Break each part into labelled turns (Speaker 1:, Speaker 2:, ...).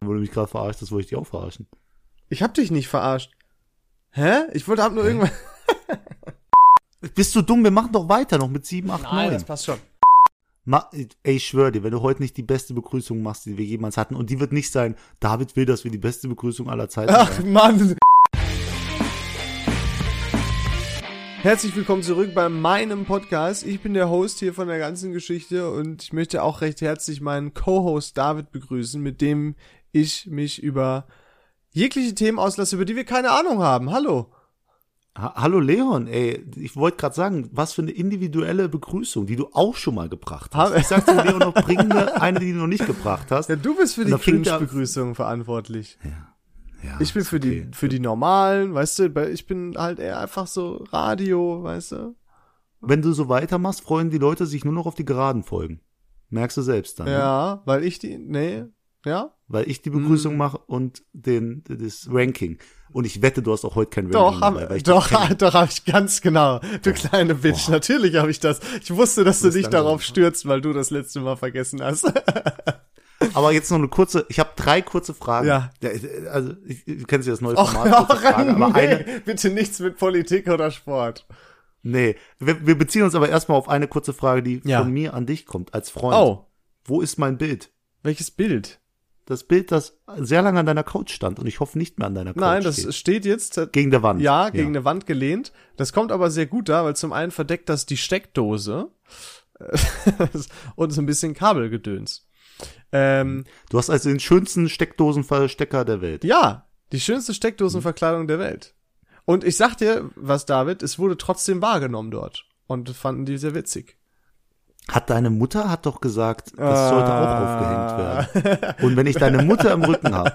Speaker 1: wo du mich gerade verarscht hast, wollte ich dich auch verarschen.
Speaker 2: Ich hab dich nicht verarscht. Hä? Ich wollte ab nur irgendwann.
Speaker 1: Bist du dumm? Wir machen doch weiter noch mit 7, 8,
Speaker 2: Nein, das
Speaker 1: 9.
Speaker 2: passt schon.
Speaker 1: Ma Ey, ich schwöre dir, wenn du heute nicht die beste Begrüßung machst, die wir jemals hatten, und die wird nicht sein, David will, dass wir die beste Begrüßung aller Zeiten
Speaker 2: Ach
Speaker 1: machen.
Speaker 2: Mann. Herzlich willkommen zurück bei meinem Podcast. Ich bin der Host hier von der ganzen Geschichte und ich möchte auch recht herzlich meinen Co-Host David begrüßen, mit dem ich mich über jegliche Themen auslasse, über die wir keine Ahnung haben. Hallo.
Speaker 1: Ha Hallo Leon, ey, ich wollte gerade sagen, was für eine individuelle Begrüßung, die du auch schon mal gebracht hast.
Speaker 2: Hab-
Speaker 1: Ich sag's dir, Leon, noch bring mir eine, die du noch nicht gebracht hast.
Speaker 2: Ja, du bist für
Speaker 1: Und
Speaker 2: die
Speaker 1: da fängt er-
Speaker 2: Cringe-Begrüßung verantwortlich.
Speaker 1: Ja,
Speaker 2: Ich bin
Speaker 1: ist
Speaker 2: für die,
Speaker 1: okay.
Speaker 2: für die normalen, weißt du, weil ich bin halt eher einfach so Radio, weißt du.
Speaker 1: Wenn du so weitermachst, freuen die Leute sich nur noch auf die geraden Folgen. Merkst du selbst dann. ne?
Speaker 2: Ja, weil ich die, nee, ja,
Speaker 1: weil ich die
Speaker 2: Mhm.
Speaker 1: Begrüßung mache und den das Ranking. Und ich wette, du hast auch heute kein Ranking
Speaker 2: Doch, hab,
Speaker 1: dabei, weil ich
Speaker 2: doch,
Speaker 1: dich kenne.
Speaker 2: doch habe ich ganz genau. Du kleine Bitch, natürlich habe ich das. Ich wusste, dass du,
Speaker 1: bist
Speaker 2: dich
Speaker 1: langsam.
Speaker 2: darauf stürzt, weil du das letzte Mal vergessen hast.
Speaker 1: Aber jetzt noch eine kurze, ich habe drei kurze Fragen.
Speaker 2: Ja.
Speaker 1: Also, ich, du kennst ja das neue
Speaker 2: Och,
Speaker 1: Format, kurze Frage, aber
Speaker 2: nee,
Speaker 1: eine,
Speaker 2: bitte nichts mit Politik oder Sport.
Speaker 1: nee. Wir, wir beziehen uns aber erstmal auf eine kurze Frage, die
Speaker 2: Ja. Oh.
Speaker 1: von mir an dich kommt, als Freund. Wo ist mein Bild?
Speaker 2: welches Bild?
Speaker 1: Das Bild, das sehr lange an deiner Couch stand und ich hoffe nicht mehr an deiner Couch
Speaker 2: Nein, das
Speaker 1: steht.
Speaker 2: steht jetzt äh,
Speaker 1: Gegen der Wand.
Speaker 2: ja gegen eine Wand gelehnt. Das kommt aber sehr gut da, weil zum einen verdeckt das die Steckdose äh, und so ein bisschen Kabelgedöns. Ähm,
Speaker 1: Du hast also den schönsten Steckdosenverstecker der Welt.
Speaker 2: Ja, die schönste
Speaker 1: Mhm.
Speaker 2: Steckdosenverkleidung der Welt. Und ich sag dir, was David, es wurde trotzdem wahrgenommen dort. Und fanden die sehr witzig.
Speaker 1: Hat deine Mutter hat doch gesagt, das sollte
Speaker 2: Ah.
Speaker 1: auch aufgehängt werden. Und wenn ich deine Mutter im Rücken habe,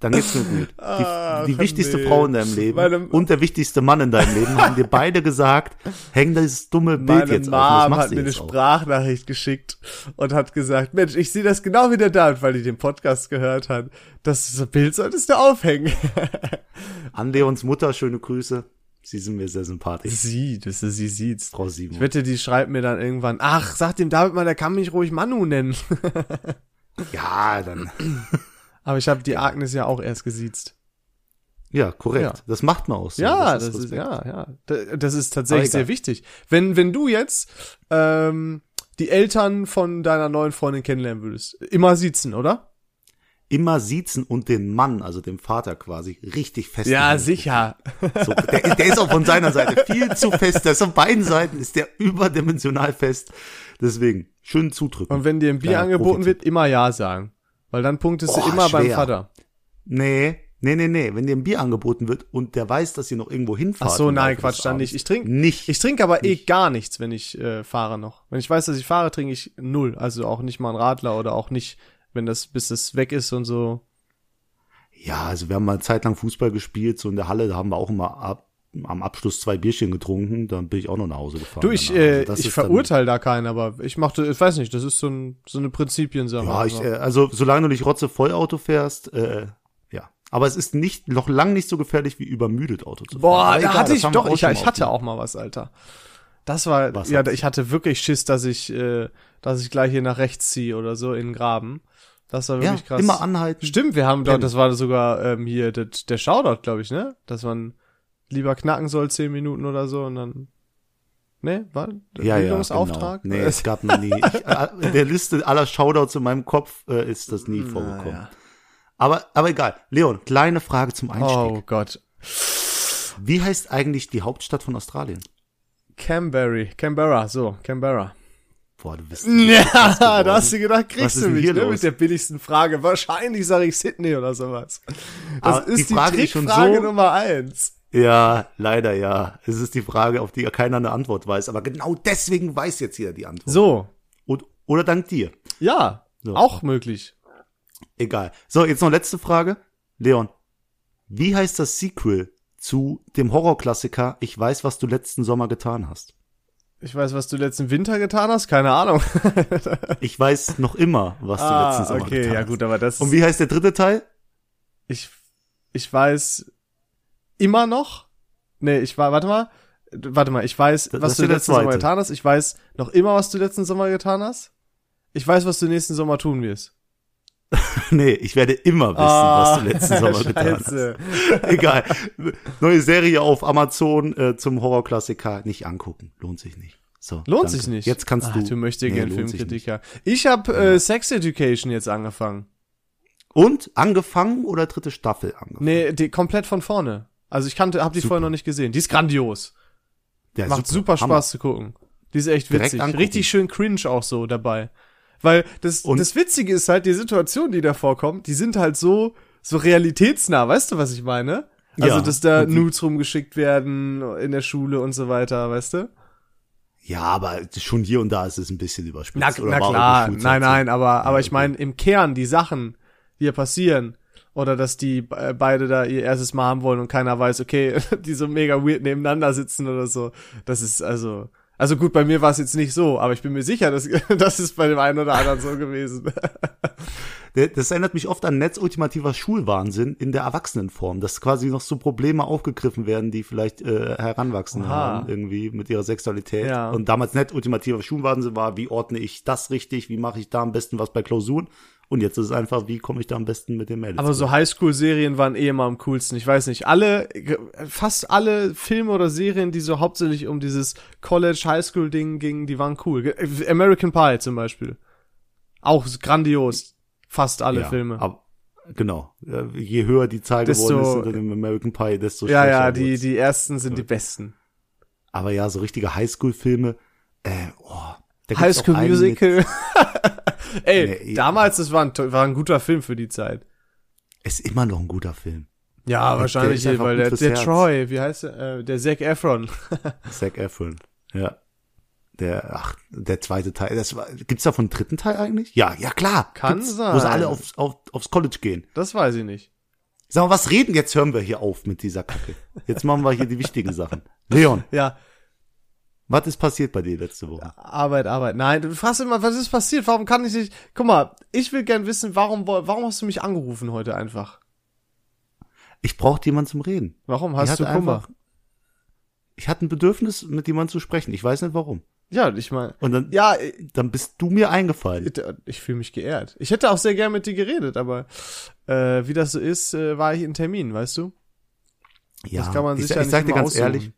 Speaker 1: dann geht's mir gut. Die, die
Speaker 2: Ach,
Speaker 1: wichtigste
Speaker 2: Ah, nee.
Speaker 1: Frau in deinem Leben
Speaker 2: Meine-
Speaker 1: und der wichtigste Mann in deinem Leben haben dir beide gesagt, häng dieses dumme Bild
Speaker 2: Meine
Speaker 1: jetzt
Speaker 2: Mom
Speaker 1: auf. Und Das machst
Speaker 2: hat
Speaker 1: du
Speaker 2: mir eine
Speaker 1: jetzt auch.
Speaker 2: Sprachnachricht geschickt und hat gesagt, Mensch, ich sehe das genau wie der David, weil die den Podcast gehört hat. Das Bild solltest du aufhängen.
Speaker 1: An Leons Mutter, schöne Grüße. Sie sind mir sehr sympathisch.
Speaker 2: Sie, das ist sie sieht's.
Speaker 1: Frau
Speaker 2: Ich
Speaker 1: Simon.
Speaker 2: wette, die schreibt mir dann irgendwann, ach, sag dem David mal, der kann mich ruhig Manu nennen.
Speaker 1: Ja, dann.
Speaker 2: Aber ich habe die Agnes ja auch erst gesiezt.
Speaker 1: Ja, korrekt.
Speaker 2: Ja.
Speaker 1: Das macht man auch so.
Speaker 2: Ja, das, ist,
Speaker 1: Respekt.
Speaker 2: ja, ja. D- Das ist
Speaker 1: Aber
Speaker 2: tatsächlich
Speaker 1: egal.
Speaker 2: sehr wichtig. Wenn, wenn du jetzt ähm, die Eltern von deiner neuen Freundin kennenlernen würdest, immer siezen, oder?
Speaker 1: Immer siezen und den Mann, also dem Vater quasi, richtig fest.
Speaker 2: Ja,
Speaker 1: sicher.
Speaker 2: sicher.
Speaker 1: So, der, der ist auch von seiner Seite viel zu fest. Der ist von beiden Seiten ist der überdimensional fest. Deswegen schön zudrücken.
Speaker 2: Und wenn dir ein Bier
Speaker 1: Kleiner
Speaker 2: angeboten
Speaker 1: Profi-Tipp.
Speaker 2: wird, immer Ja sagen. Weil dann punktest
Speaker 1: Boah,
Speaker 2: du immer beim
Speaker 1: schwer.
Speaker 2: Vater.
Speaker 1: Nee, nee, nee, nee. Wenn dir ein Bier angeboten wird und der weiß, dass ihr noch irgendwo hinfahrt.
Speaker 2: Ach so,
Speaker 1: im
Speaker 2: nein,
Speaker 1: Laufe des
Speaker 2: Quatsch, dann nicht.
Speaker 1: Abends.
Speaker 2: Ich trinke
Speaker 1: Nicht.
Speaker 2: ich trinke aber eh gar nichts, wenn ich äh, fahre noch. Wenn ich weiß, dass ich fahre, trinke ich null. Also auch nicht mal einen Radler oder auch nicht, wenn das, bis das weg ist und so.
Speaker 1: ja, also wir haben mal eine Zeit lang Fußball gespielt, so in der Halle, da haben wir auch immer ab, am Abschluss zwei Bierchen getrunken, dann bin ich auch noch nach Hause gefahren.
Speaker 2: Du, ich,
Speaker 1: danach.
Speaker 2: äh,
Speaker 1: Also das
Speaker 2: ich
Speaker 1: ist dann-
Speaker 2: verurteile da keinen, aber ich machte, ich weiß nicht, das ist so, ein, so eine Prinzipiensache.
Speaker 1: Ja, ich,
Speaker 2: Also.
Speaker 1: äh, also solange du nicht Rotze Vollauto fährst, äh, ja. Aber es ist nicht, noch lang nicht so gefährlich wie übermüdet Auto zu fahren.
Speaker 2: Boah,
Speaker 1: Aber
Speaker 2: da
Speaker 1: egal,
Speaker 2: hatte
Speaker 1: das
Speaker 2: ich
Speaker 1: haben wir
Speaker 2: doch, ich,
Speaker 1: schon mal
Speaker 2: ich hatte auch mal was, Alter. Das war,
Speaker 1: Was
Speaker 2: ja,
Speaker 1: hat's?
Speaker 2: ich hatte wirklich Schiss, dass ich, äh, dass ich gleich hier nach rechts ziehe oder so in den Graben. Das war
Speaker 1: Ja,
Speaker 2: wirklich krass.
Speaker 1: immer anhalten.
Speaker 2: Stimmt, wir haben dort,
Speaker 1: Pennen.
Speaker 2: das war sogar ähm, hier der, der Shoutout, glaube ich, ne? Dass man lieber knacken soll, zehn Minuten oder so und dann. Ne? War
Speaker 1: Ja, ja, genau.
Speaker 2: Bildungsauftrag?
Speaker 1: Nee, es gab noch nie. Ich, äh, in der Liste aller Shoutouts in meinem Kopf äh, ist das nie vorgekommen.
Speaker 2: ja.
Speaker 1: Aber, aber egal. Leon, kleine Frage zum Einstieg.
Speaker 2: oh Gott.
Speaker 1: Wie heißt eigentlich die Hauptstadt von Australien?
Speaker 2: Canberry, Canberra, so, Canberra.
Speaker 1: Boah, du bist.
Speaker 2: Ja, da hast du gedacht,
Speaker 1: Was ist
Speaker 2: kriegst du
Speaker 1: denn
Speaker 2: mich
Speaker 1: hier
Speaker 2: ne,
Speaker 1: los?
Speaker 2: mit der billigsten Frage. Wahrscheinlich sage ich Sydney oder sowas. Das
Speaker 1: Aber
Speaker 2: ist die,
Speaker 1: die Frage ist schon
Speaker 2: Trickfrage
Speaker 1: so-
Speaker 2: Nummer eins.
Speaker 1: Ja, leider ja. Es ist die Frage, auf die ja keiner eine Antwort weiß. Aber genau deswegen weiß jetzt jeder die Antwort.
Speaker 2: So,
Speaker 1: Und, oder dank dir.
Speaker 2: ja,
Speaker 1: So.
Speaker 2: auch möglich.
Speaker 1: Egal. So, jetzt noch letzte Frage. Leon, wie heißt das Sequel zu dem Horrorklassiker Ich weiß, was du letzten Sommer getan hast?
Speaker 2: Ich weiß, was du letzten Winter getan hast, keine Ahnung.
Speaker 1: Ich weiß noch immer, was du
Speaker 2: Ah,
Speaker 1: letzten Sommer
Speaker 2: okay,
Speaker 1: getan
Speaker 2: ja
Speaker 1: hast.
Speaker 2: gut, aber das
Speaker 1: Und wie heißt der dritte Teil?
Speaker 2: ich ich weiß immer noch. Nee, ich war warte mal. Warte mal, ich weiß,
Speaker 1: Das- das
Speaker 2: was
Speaker 1: ist
Speaker 2: du
Speaker 1: ja der
Speaker 2: letzten Sommer
Speaker 1: zweite.
Speaker 2: getan hast. Ich weiß noch immer, was du letzten Sommer getan hast. Ich weiß, was du nächsten Sommer tun wirst.
Speaker 1: nee, ich werde immer wissen, was du letzten Sommer getan hast.
Speaker 2: Ah, Scheiße.
Speaker 1: Egal. Neue Serie auf Amazon äh, zum Horrorklassiker nicht angucken. Lohnt sich nicht. So,
Speaker 2: Lohnt
Speaker 1: danke.
Speaker 2: sich nicht.
Speaker 1: Jetzt kannst
Speaker 2: Ach,
Speaker 1: du.
Speaker 2: Du möchtest
Speaker 1: Nee,
Speaker 2: gern
Speaker 1: lohnt sich nicht.
Speaker 2: Filmkritiker. Ich habe äh, Sex Education jetzt angefangen.
Speaker 1: Und angefangen oder dritte Staffel angefangen?
Speaker 2: Nee, die, komplett von vorne. Also ich kannte, habe die vorher noch nicht gesehen. Die ist grandios.
Speaker 1: Der
Speaker 2: Macht super,
Speaker 1: Hammer.
Speaker 2: Spaß zu gucken. Die ist echt
Speaker 1: Direkt
Speaker 2: witzig.
Speaker 1: angucken.
Speaker 2: Richtig schön cringe auch so dabei. Weil das,
Speaker 1: Und-
Speaker 2: das Witzige ist halt, die Situationen, die da vorkommen, die sind halt so, so realitätsnah, weißt du, was ich meine? Also,
Speaker 1: Ja.
Speaker 2: dass da
Speaker 1: Und die-
Speaker 2: Nudes rumgeschickt werden in der Schule und so weiter, weißt du?
Speaker 1: Ja, aber schon hier und da ist es ein bisschen
Speaker 2: Na,
Speaker 1: überspitzt.
Speaker 2: na
Speaker 1: war eure
Speaker 2: klar,
Speaker 1: Schulzeit
Speaker 2: nein,
Speaker 1: so?
Speaker 2: nein, aber, aber ich
Speaker 1: okay.
Speaker 2: meine, im Kern, die Sachen, die hier passieren, oder dass die äh, beide da ihr erstes Mal haben wollen und keiner weiß, okay, die so mega weird nebeneinander sitzen oder so, das ist also, also gut, bei mir war es jetzt nicht so, aber ich bin mir sicher, dass, das ist bei dem einen oder anderen so gewesen.
Speaker 1: Der- Das erinnert mich oft an Netz ultimativer Schulwahnsinn in der Erwachsenenform, dass quasi noch so Probleme aufgegriffen werden, die vielleicht äh, Heranwachsende
Speaker 2: Aha.
Speaker 1: haben, irgendwie mit ihrer Sexualität.
Speaker 2: Ja.
Speaker 1: Und damals Netz ultimativer Schulwahnsinn war, wie ordne ich das richtig, wie mache ich da am besten was bei Klausuren? Und jetzt ist es einfach, wie komme ich da am besten mit den Mädels?
Speaker 2: aber so Highschool-Serien waren eh immer am coolsten, ich weiß nicht, alle, ge- fast alle Filme oder Serien, die so hauptsächlich um dieses College-Highschool-Ding gingen, die waren cool. Ge- American Pie zum Beispiel. Auch grandios. Fast alle
Speaker 1: Ja,
Speaker 2: Filme.
Speaker 1: Ab, genau. Äh, Je höher die Zahl
Speaker 2: Desto-
Speaker 1: geworden ist unter dem American Pie, desto
Speaker 2: ja,
Speaker 1: schlechter
Speaker 2: ja, die,
Speaker 1: wird's.
Speaker 2: die ersten sind die besten.
Speaker 1: Aber ja, so richtige Highschool-Filme, äh, oh. Da gibt's auch
Speaker 2: Highschool
Speaker 1: einen mit-
Speaker 2: Musical. Ey,
Speaker 1: Nee,
Speaker 2: damals, das war ein, to- war ein guter Film für die Zeit.
Speaker 1: Ist immer noch ein guter Film.
Speaker 2: Ja, wahrscheinlich,
Speaker 1: ist einfach
Speaker 2: weil
Speaker 1: gut
Speaker 2: der,
Speaker 1: fürs
Speaker 2: der
Speaker 1: Herz.
Speaker 2: Troy, wie heißt der, äh, der Zac Efron.
Speaker 1: Zac Efron. Ja. Der, ach, der zweite Teil. Das war, gibt's da von dritten Teil eigentlich? Ja, ja klar.
Speaker 2: Kann
Speaker 1: gibt's,
Speaker 2: sein.
Speaker 1: Wo sie alle aufs, auf, aufs College gehen.
Speaker 2: Das weiß ich nicht.
Speaker 1: Sag mal, was reden? Jetzt hören wir hier auf mit dieser Kacke. Jetzt machen wir hier die wichtigen Sachen. Leon,
Speaker 2: Ja,
Speaker 1: was ist passiert bei dir letzte Woche?
Speaker 2: Arbeit, Arbeit. Nein, du fragst immer, was ist passiert? Warum kann ich nicht? Guck mal, ich will gern wissen, warum, wo- warum hast du mich angerufen heute einfach?
Speaker 1: Ich brauchte jemanden zum Reden.
Speaker 2: Warum
Speaker 1: Ich
Speaker 2: hast
Speaker 1: hatte
Speaker 2: du Kummer?
Speaker 1: einfach- Ich hatte ein Bedürfnis, mit jemandem zu sprechen. Ich weiß nicht warum.
Speaker 2: Ja, ich meine,
Speaker 1: Und dann,
Speaker 2: ja, ich,
Speaker 1: dann bist du mir eingefallen.
Speaker 2: ich fühle mich geehrt. Ich hätte auch sehr gern mit dir geredet, aber äh, wie das so ist, äh, war ich in Termin, weißt du?
Speaker 1: Ja,
Speaker 2: das kann man
Speaker 1: ich,
Speaker 2: sich
Speaker 1: sa-
Speaker 2: ja
Speaker 1: ich sag
Speaker 2: nicht
Speaker 1: dir
Speaker 2: immer
Speaker 1: ganz
Speaker 2: aussuchen.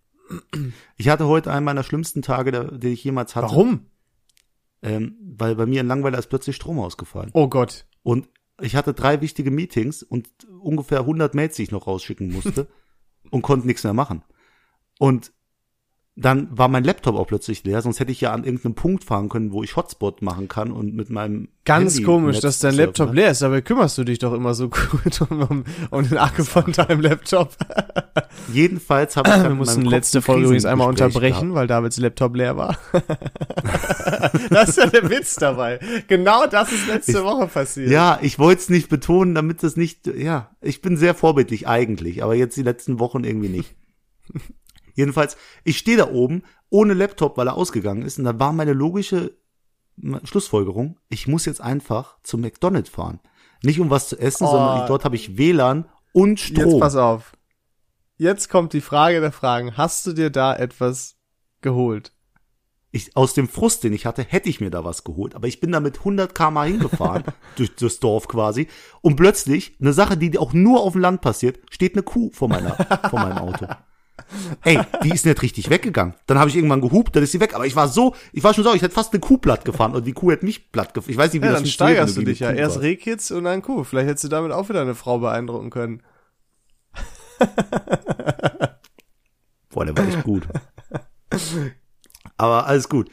Speaker 1: ehrlich, ich hatte heute einen meiner schlimmsten Tage, der, den ich jemals hatte.
Speaker 2: Warum?
Speaker 1: Ähm, weil bei mir in Langweiler ist plötzlich Strom ausgefallen.
Speaker 2: Oh Gott.
Speaker 1: Und ich hatte drei wichtige Meetings und ungefähr 100 Mails, die ich noch rausschicken musste und konnte nichts mehr machen. Und dann war mein Laptop auch plötzlich leer, sonst hätte ich ja an irgendeinem Punkt fahren können, wo ich Hotspot machen kann und mit meinem
Speaker 2: Ganz
Speaker 1: Handy
Speaker 2: komisch,
Speaker 1: Netz
Speaker 2: dass dein
Speaker 1: surfen
Speaker 2: Laptop
Speaker 1: kann.
Speaker 2: leer ist, aber kümmerst du dich doch immer so gut um, um, um den Akku von deinem Laptop.
Speaker 1: Jedenfalls habe ich
Speaker 2: Wir
Speaker 1: dann
Speaker 2: mussten letzte Folge übrigens einmal unterbrechen, weil Davids Laptop leer war. das ist ja der Witz dabei. Genau das ist letzte Woche passiert.
Speaker 1: Ja, ich wollte es nicht betonen, damit das nicht. Ja, ich bin sehr vorbildlich eigentlich, aber jetzt die letzten Wochen irgendwie nicht. Jedenfalls, ich stehe da oben ohne Laptop, weil er ausgegangen ist, und dann war meine logische m- Schlussfolgerung: Ich muss jetzt einfach zum McDonald's fahren, nicht um was zu essen,
Speaker 2: Oh.
Speaker 1: sondern dort habe ich WLAN und Strom.
Speaker 2: Jetzt pass auf. Jetzt kommt die Frage der Fragen. Hast du dir da etwas geholt?
Speaker 1: ich, aus dem Frust, den ich hatte, hätte ich mir da was geholt. Aber ich bin da mit 100 km hingefahren, durch das Dorf quasi. Und plötzlich, eine Sache, die auch nur auf dem Land passiert, steht eine Kuh vor, meiner, vor meinem Auto. Ey, die ist nicht richtig weggegangen. Dann habe ich irgendwann gehupt, dann ist sie weg. Aber ich war so, ich war schon sauer, ich hätte fast eine Kuh platt gefahren und die Kuh hätte mich platt gefahren. Ich weiß nicht, wie
Speaker 2: Ja,
Speaker 1: das
Speaker 2: dann
Speaker 1: funktioniert,
Speaker 2: steigerst du
Speaker 1: wenn
Speaker 2: dich ja.
Speaker 1: eine Kuh
Speaker 2: Erst
Speaker 1: warst.
Speaker 2: Rehkitz und dann Kuh. Vielleicht hättest du damit auch wieder eine Frau beeindrucken können.
Speaker 1: Boah, der war echt gut. Aber alles gut.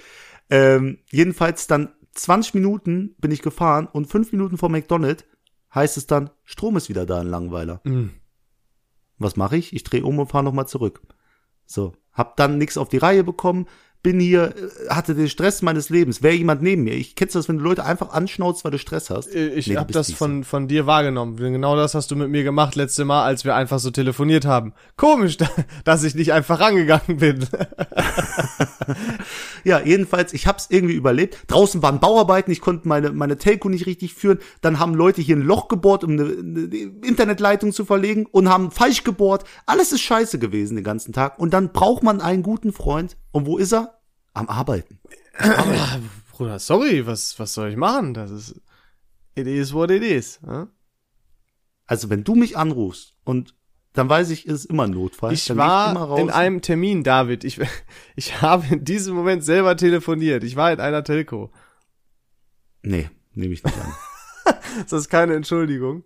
Speaker 1: Ähm, jedenfalls dann 20 Minuten bin ich gefahren und 5 Minuten vor McDonald's heißt es dann, Strom ist wieder da in Langweiler.
Speaker 2: Mhm.
Speaker 1: Was mache ich? Ich drehe um und fahre nochmal zurück. So, hab dann nichts auf die Reihe bekommen, bin hier, äh, hatte den Stress meines Lebens. Wäre jemand neben mir? Ich kennst du das, wenn du Leute einfach anschnauzt, weil du Stress hast?
Speaker 2: Äh, Ich
Speaker 1: Nee, du
Speaker 2: hab
Speaker 1: bist
Speaker 2: das
Speaker 1: nicht
Speaker 2: von, von dir wahrgenommen. Genau das hast du mit mir gemacht letzte Mal, als wir einfach so telefoniert haben. Komisch, da- dass ich nicht einfach rangegangen bin.
Speaker 1: Ja, jedenfalls, ich hab's irgendwie überlebt. Draußen waren Bauarbeiten, ich konnte meine, meine Telco nicht richtig führen. Dann haben Leute hier ein Loch gebohrt, um eine, eine Internetleitung zu verlegen und haben falsch gebohrt. Alles ist scheiße gewesen den ganzen Tag. Und dann braucht man einen guten Freund. Und wo ist er? Am Arbeiten.
Speaker 2: Bruder, sorry, was, was soll ich machen? Das ist, It is what it is. ne? Ja?
Speaker 1: Also wenn du mich anrufst und dann weiß ich, ist immer ein Notfall.
Speaker 2: Ich
Speaker 1: dann geh
Speaker 2: war
Speaker 1: immer raus.
Speaker 2: in einem Termin, David. Ich, ich habe in diesem Moment selber telefoniert. Ich war in einer Telco.
Speaker 1: nee, nehme ich nicht an.
Speaker 2: Das ist keine Entschuldigung.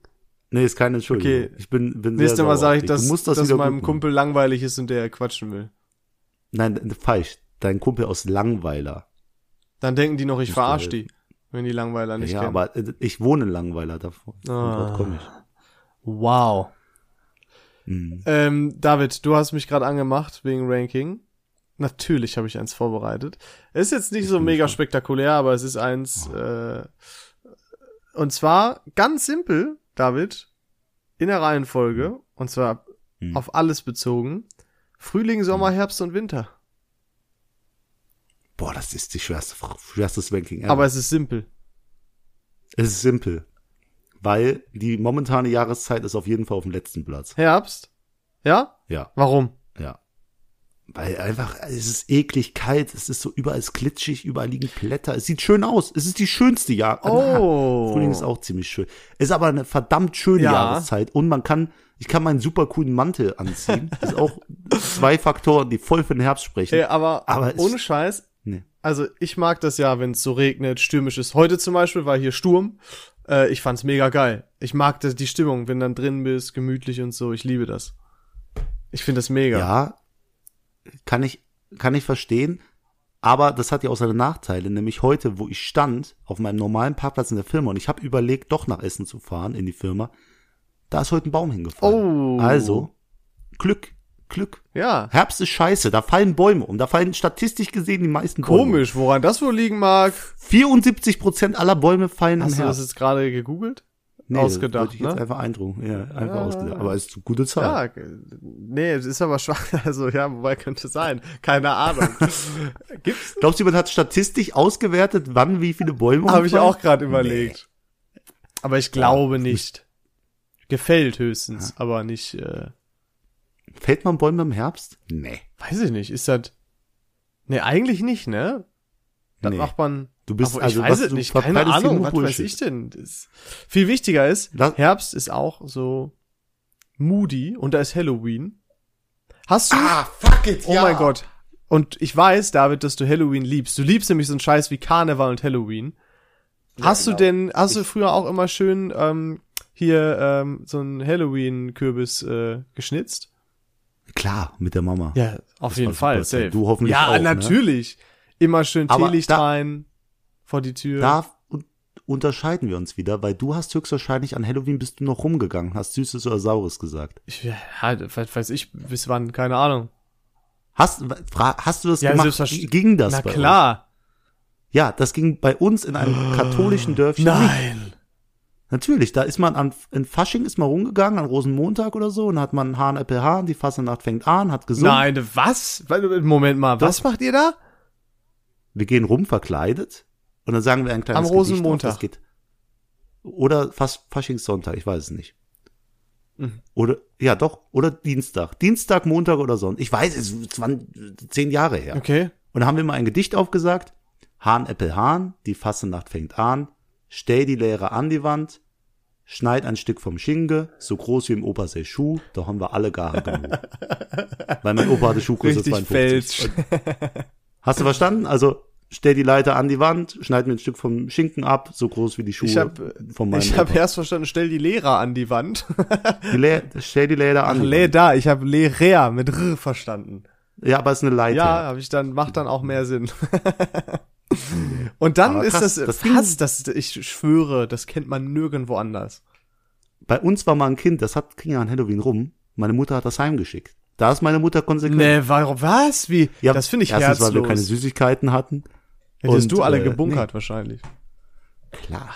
Speaker 1: Nee, ist keine Entschuldigung.
Speaker 2: Okay.
Speaker 1: Ich bin, bin sehr
Speaker 2: Nächstes
Speaker 1: sauer
Speaker 2: Mal sage
Speaker 1: auf
Speaker 2: ich,
Speaker 1: dich.
Speaker 2: dass,
Speaker 1: du musst das
Speaker 2: dass
Speaker 1: wieder
Speaker 2: meinem
Speaker 1: gut machen.
Speaker 2: Kumpel langweilig ist und der quatschen will.
Speaker 1: Nein, n- falsch. Dein Kumpel aus Langweiler.
Speaker 2: Dann denken die noch, ich
Speaker 1: Musst du
Speaker 2: verarsch
Speaker 1: helfen.
Speaker 2: die, wenn die Langweiler nicht
Speaker 1: ja,
Speaker 2: kennen.
Speaker 1: aber äh, ich wohne in Langweiler davor.
Speaker 2: Ah.
Speaker 1: Dort komme ich.
Speaker 2: wow.
Speaker 1: Mhm.
Speaker 2: Ähm, David, du hast mich gerade angemacht wegen Ranking. Natürlich habe ich eins vorbereitet. Ist jetzt nicht so mega spektakulär, aber es ist eins. Äh,
Speaker 1: Ah.
Speaker 2: und zwar ganz simpel, David, in der Reihenfolge. Und zwar
Speaker 1: Mhm.
Speaker 2: auf alles bezogen. Frühling, Sommer, Herbst und Winter.
Speaker 1: Boah, das ist die schwerste, Fra- schwerstes Ranking ever.
Speaker 2: Aber es ist simpel.
Speaker 1: es ist simpel. Weil die momentane Jahreszeit ist auf jeden Fall auf dem letzten Platz.
Speaker 2: Herbst? Ja?
Speaker 1: Ja,
Speaker 2: Warum?
Speaker 1: ja. Weil einfach, es ist eklig kalt, es ist so überall ist klitschig, überall liegen Blätter. Es sieht schön aus. Es ist die schönste Jahreszeit.
Speaker 2: Oh.
Speaker 1: Frühling ist auch ziemlich schön. Ist aber eine verdammt schöne
Speaker 2: Ja.
Speaker 1: Jahreszeit und man kann, ich kann meinen super coolen Mantel anziehen. Das ist auch zwei Faktoren, die voll für den Herbst sprechen.
Speaker 2: Ey, aber,
Speaker 1: Aber es-
Speaker 2: ohne Scheiß,
Speaker 1: Nee.
Speaker 2: also ich mag das ja, wenn es so regnet, stürmisch ist. Heute zum Beispiel war hier Sturm. Äh, ich fand's mega geil. Ich mag das, die Stimmung, wenn dann drin bist, gemütlich und so. Ich liebe das. Ich finde das mega.
Speaker 1: Ja, kann ich, kann ich verstehen. Aber das hat ja auch seine Nachteile, nämlich heute, wo ich stand, auf meinem normalen Parkplatz in der Firma und ich habe überlegt, doch nach Essen zu fahren in die Firma, da ist heute ein Baum hingefallen.
Speaker 2: Oh.
Speaker 1: Also, Glück, Glück.
Speaker 2: Ja.
Speaker 1: Herbst ist scheiße, da fallen Bäume um, da fallen statistisch gesehen die meisten Bäume. um.
Speaker 2: Komisch, woran das wohl liegen mag.
Speaker 1: 74 Prozent aller Bäume fallen am
Speaker 2: Hast du das
Speaker 1: Herbst.
Speaker 2: jetzt gerade gegoogelt?
Speaker 1: Nee, das
Speaker 2: ausgedacht,
Speaker 1: würde ich jetzt
Speaker 2: ne?
Speaker 1: einfach eindrucken. Ja, einfach
Speaker 2: Ja.
Speaker 1: ausgedacht. Aber es ist eine gute Zahl.
Speaker 2: Ja, g- nee, es ist aber schwach. Also ja, wobei könnte sein. Keine Ahnung. Gibt's?
Speaker 1: Glaubst du, jemand hat statistisch ausgewertet, wann wie viele Bäume
Speaker 2: Habe ich
Speaker 1: umfallen?
Speaker 2: auch gerade überlegt. Aber ich glaube nicht. Gefällt höchstens, aber nicht. Äh,
Speaker 1: Fällt man Bäume im Herbst? Nee.
Speaker 2: Weiß ich nicht, ist das. Nee, eigentlich nicht, ne? Das
Speaker 1: Nee.
Speaker 2: macht man.
Speaker 1: Du bist-
Speaker 2: Aber
Speaker 1: also,
Speaker 2: ich weiß
Speaker 1: was
Speaker 2: es
Speaker 1: du
Speaker 2: nicht, keine
Speaker 1: verbreitest hier
Speaker 2: Ahnung,
Speaker 1: nur
Speaker 2: was
Speaker 1: Bullshit.
Speaker 2: weiß ich denn? Das viel wichtiger ist,
Speaker 1: Lass-
Speaker 2: Herbst ist auch so moody und da ist Halloween. Hast du?
Speaker 1: Ah, fuck it,
Speaker 2: oh mein Gott. Und ich weiß, David, dass du Halloween liebst. Du liebst nämlich so einen Scheiß wie Karneval und Halloween. hast
Speaker 1: genau.
Speaker 2: du denn, hast du früher auch immer schön ähm, hier ähm, so einen Halloween-Kürbis äh, geschnitzt?
Speaker 1: Klar, mit der Mama.
Speaker 2: Ja, auf jeden
Speaker 1: war
Speaker 2: Fall,
Speaker 1: super Zeit.
Speaker 2: safe.
Speaker 1: Du hoffentlich
Speaker 2: Ja,
Speaker 1: auch, ne?
Speaker 2: natürlich. Immer schön
Speaker 1: Aber
Speaker 2: Teelicht
Speaker 1: da-
Speaker 2: rein, vor die Tür.
Speaker 1: Da un- unterscheiden wir uns wieder, weil du hast höchstwahrscheinlich an Halloween bist du noch rumgegangen, hast Süßes oder Saures gesagt.
Speaker 2: ich, ja, was weiß ich, bis wann, keine Ahnung.
Speaker 1: Hast, fra, hast du das
Speaker 2: Ja,
Speaker 1: gemacht?
Speaker 2: selbstverständlich.
Speaker 1: Ging das
Speaker 2: Na
Speaker 1: bei Euch?
Speaker 2: klar.
Speaker 1: Ja, das ging bei uns in einem katholischen Dörfchen nicht.
Speaker 2: Nein.
Speaker 1: Natürlich, da ist man an in Fasching ist man rumgegangen, an Rosenmontag oder so, und hat man Hahn, Äpfel, Hahn, die Fasernacht fängt an, hat gesungen.
Speaker 2: Nein, was? Moment mal, was macht ihr da?
Speaker 1: Wir gehen rum verkleidet und dann sagen wir ein kleines
Speaker 2: Am
Speaker 1: Gedicht auf,
Speaker 2: Rosenmontag.
Speaker 1: das geht. Oder fast Faschingssonntag, ich weiß es nicht.
Speaker 2: Mhm.
Speaker 1: Oder, ja doch, oder Dienstag. Dienstag, Montag oder Sonntag. Ich weiß es, es waren zehn Jahre her.
Speaker 2: Okay.
Speaker 1: Und da haben wir mal ein Gedicht aufgesagt. Hahn, Äpfel, Hahn, die Fassenacht fängt an. Stell die Lehre an die Wand. Schneid ein Stück vom Schinge, so groß wie im Opa sei Schuh, da haben wir alle gar genug. Weil mein Opa hatte Schuhgröße
Speaker 2: Richtig
Speaker 1: 52.
Speaker 2: fälsch.
Speaker 1: Hast du verstanden? Also, stell die Leiter an die Wand, schneid mir ein Stück vom Schinken ab, so groß wie die Schuhe
Speaker 2: Ich hab, äh,
Speaker 1: von meinem
Speaker 2: ich
Speaker 1: Opa.
Speaker 2: hab erst verstanden, stell die Lehrer an die Wand.
Speaker 1: Die Lä stell die Leiter an. die Wand.
Speaker 2: Leda, ich habe Lehrer mit R verstanden.
Speaker 1: Ja, aber es ist eine Leiter.
Speaker 2: Ja, habe ich dann macht dann auch mehr Sinn. Und dann
Speaker 1: Mhm. Aber
Speaker 2: ist
Speaker 1: krass,
Speaker 2: das,
Speaker 1: das ging-
Speaker 2: Hass, das ich schwöre, das kennt man nirgendwo anders.
Speaker 1: Bei uns war mal ein Kind, das hat, ging ja an Halloween rum. Meine Mutter hat das heimgeschickt. Da ist meine Mutter konsequent.
Speaker 2: Nee, warum was? Wie?
Speaker 1: Ja,
Speaker 2: das finde ich
Speaker 1: erstens,
Speaker 2: herzlos.
Speaker 1: weil wir keine Süßigkeiten hatten.
Speaker 2: Hättest
Speaker 1: und,
Speaker 2: du alle
Speaker 1: äh,
Speaker 2: gebunkert wahrscheinlich.
Speaker 1: Nee, klar.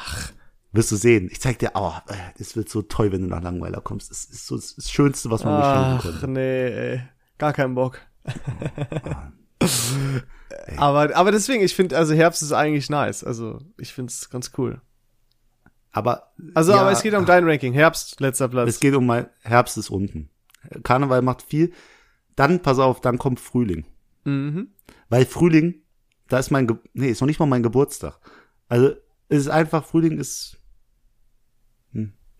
Speaker 1: Wirst du sehen. Ich zeig dir, oh, es wird so toll, wenn du nach Langweiler kommst. Es ist so das das Schönste, was man mir schenken konnte.
Speaker 2: Ach nee, ey. gar keinen Bock. aber aber deswegen, ich finde also Herbst ist eigentlich nice. Also, ich finde es ganz cool.
Speaker 1: Aber,
Speaker 2: Also,
Speaker 1: ja,
Speaker 2: aber es geht um dein Ranking. Herbst letzter Platz.
Speaker 1: es geht um mein, Herbst ist unten. Karneval macht viel. Dann, pass auf, dann kommt Frühling.
Speaker 2: mhm.
Speaker 1: Weil Frühling, da ist mein, Ge nee, ist noch nicht mal mein Geburtstag. Also, es ist einfach, Frühling ist,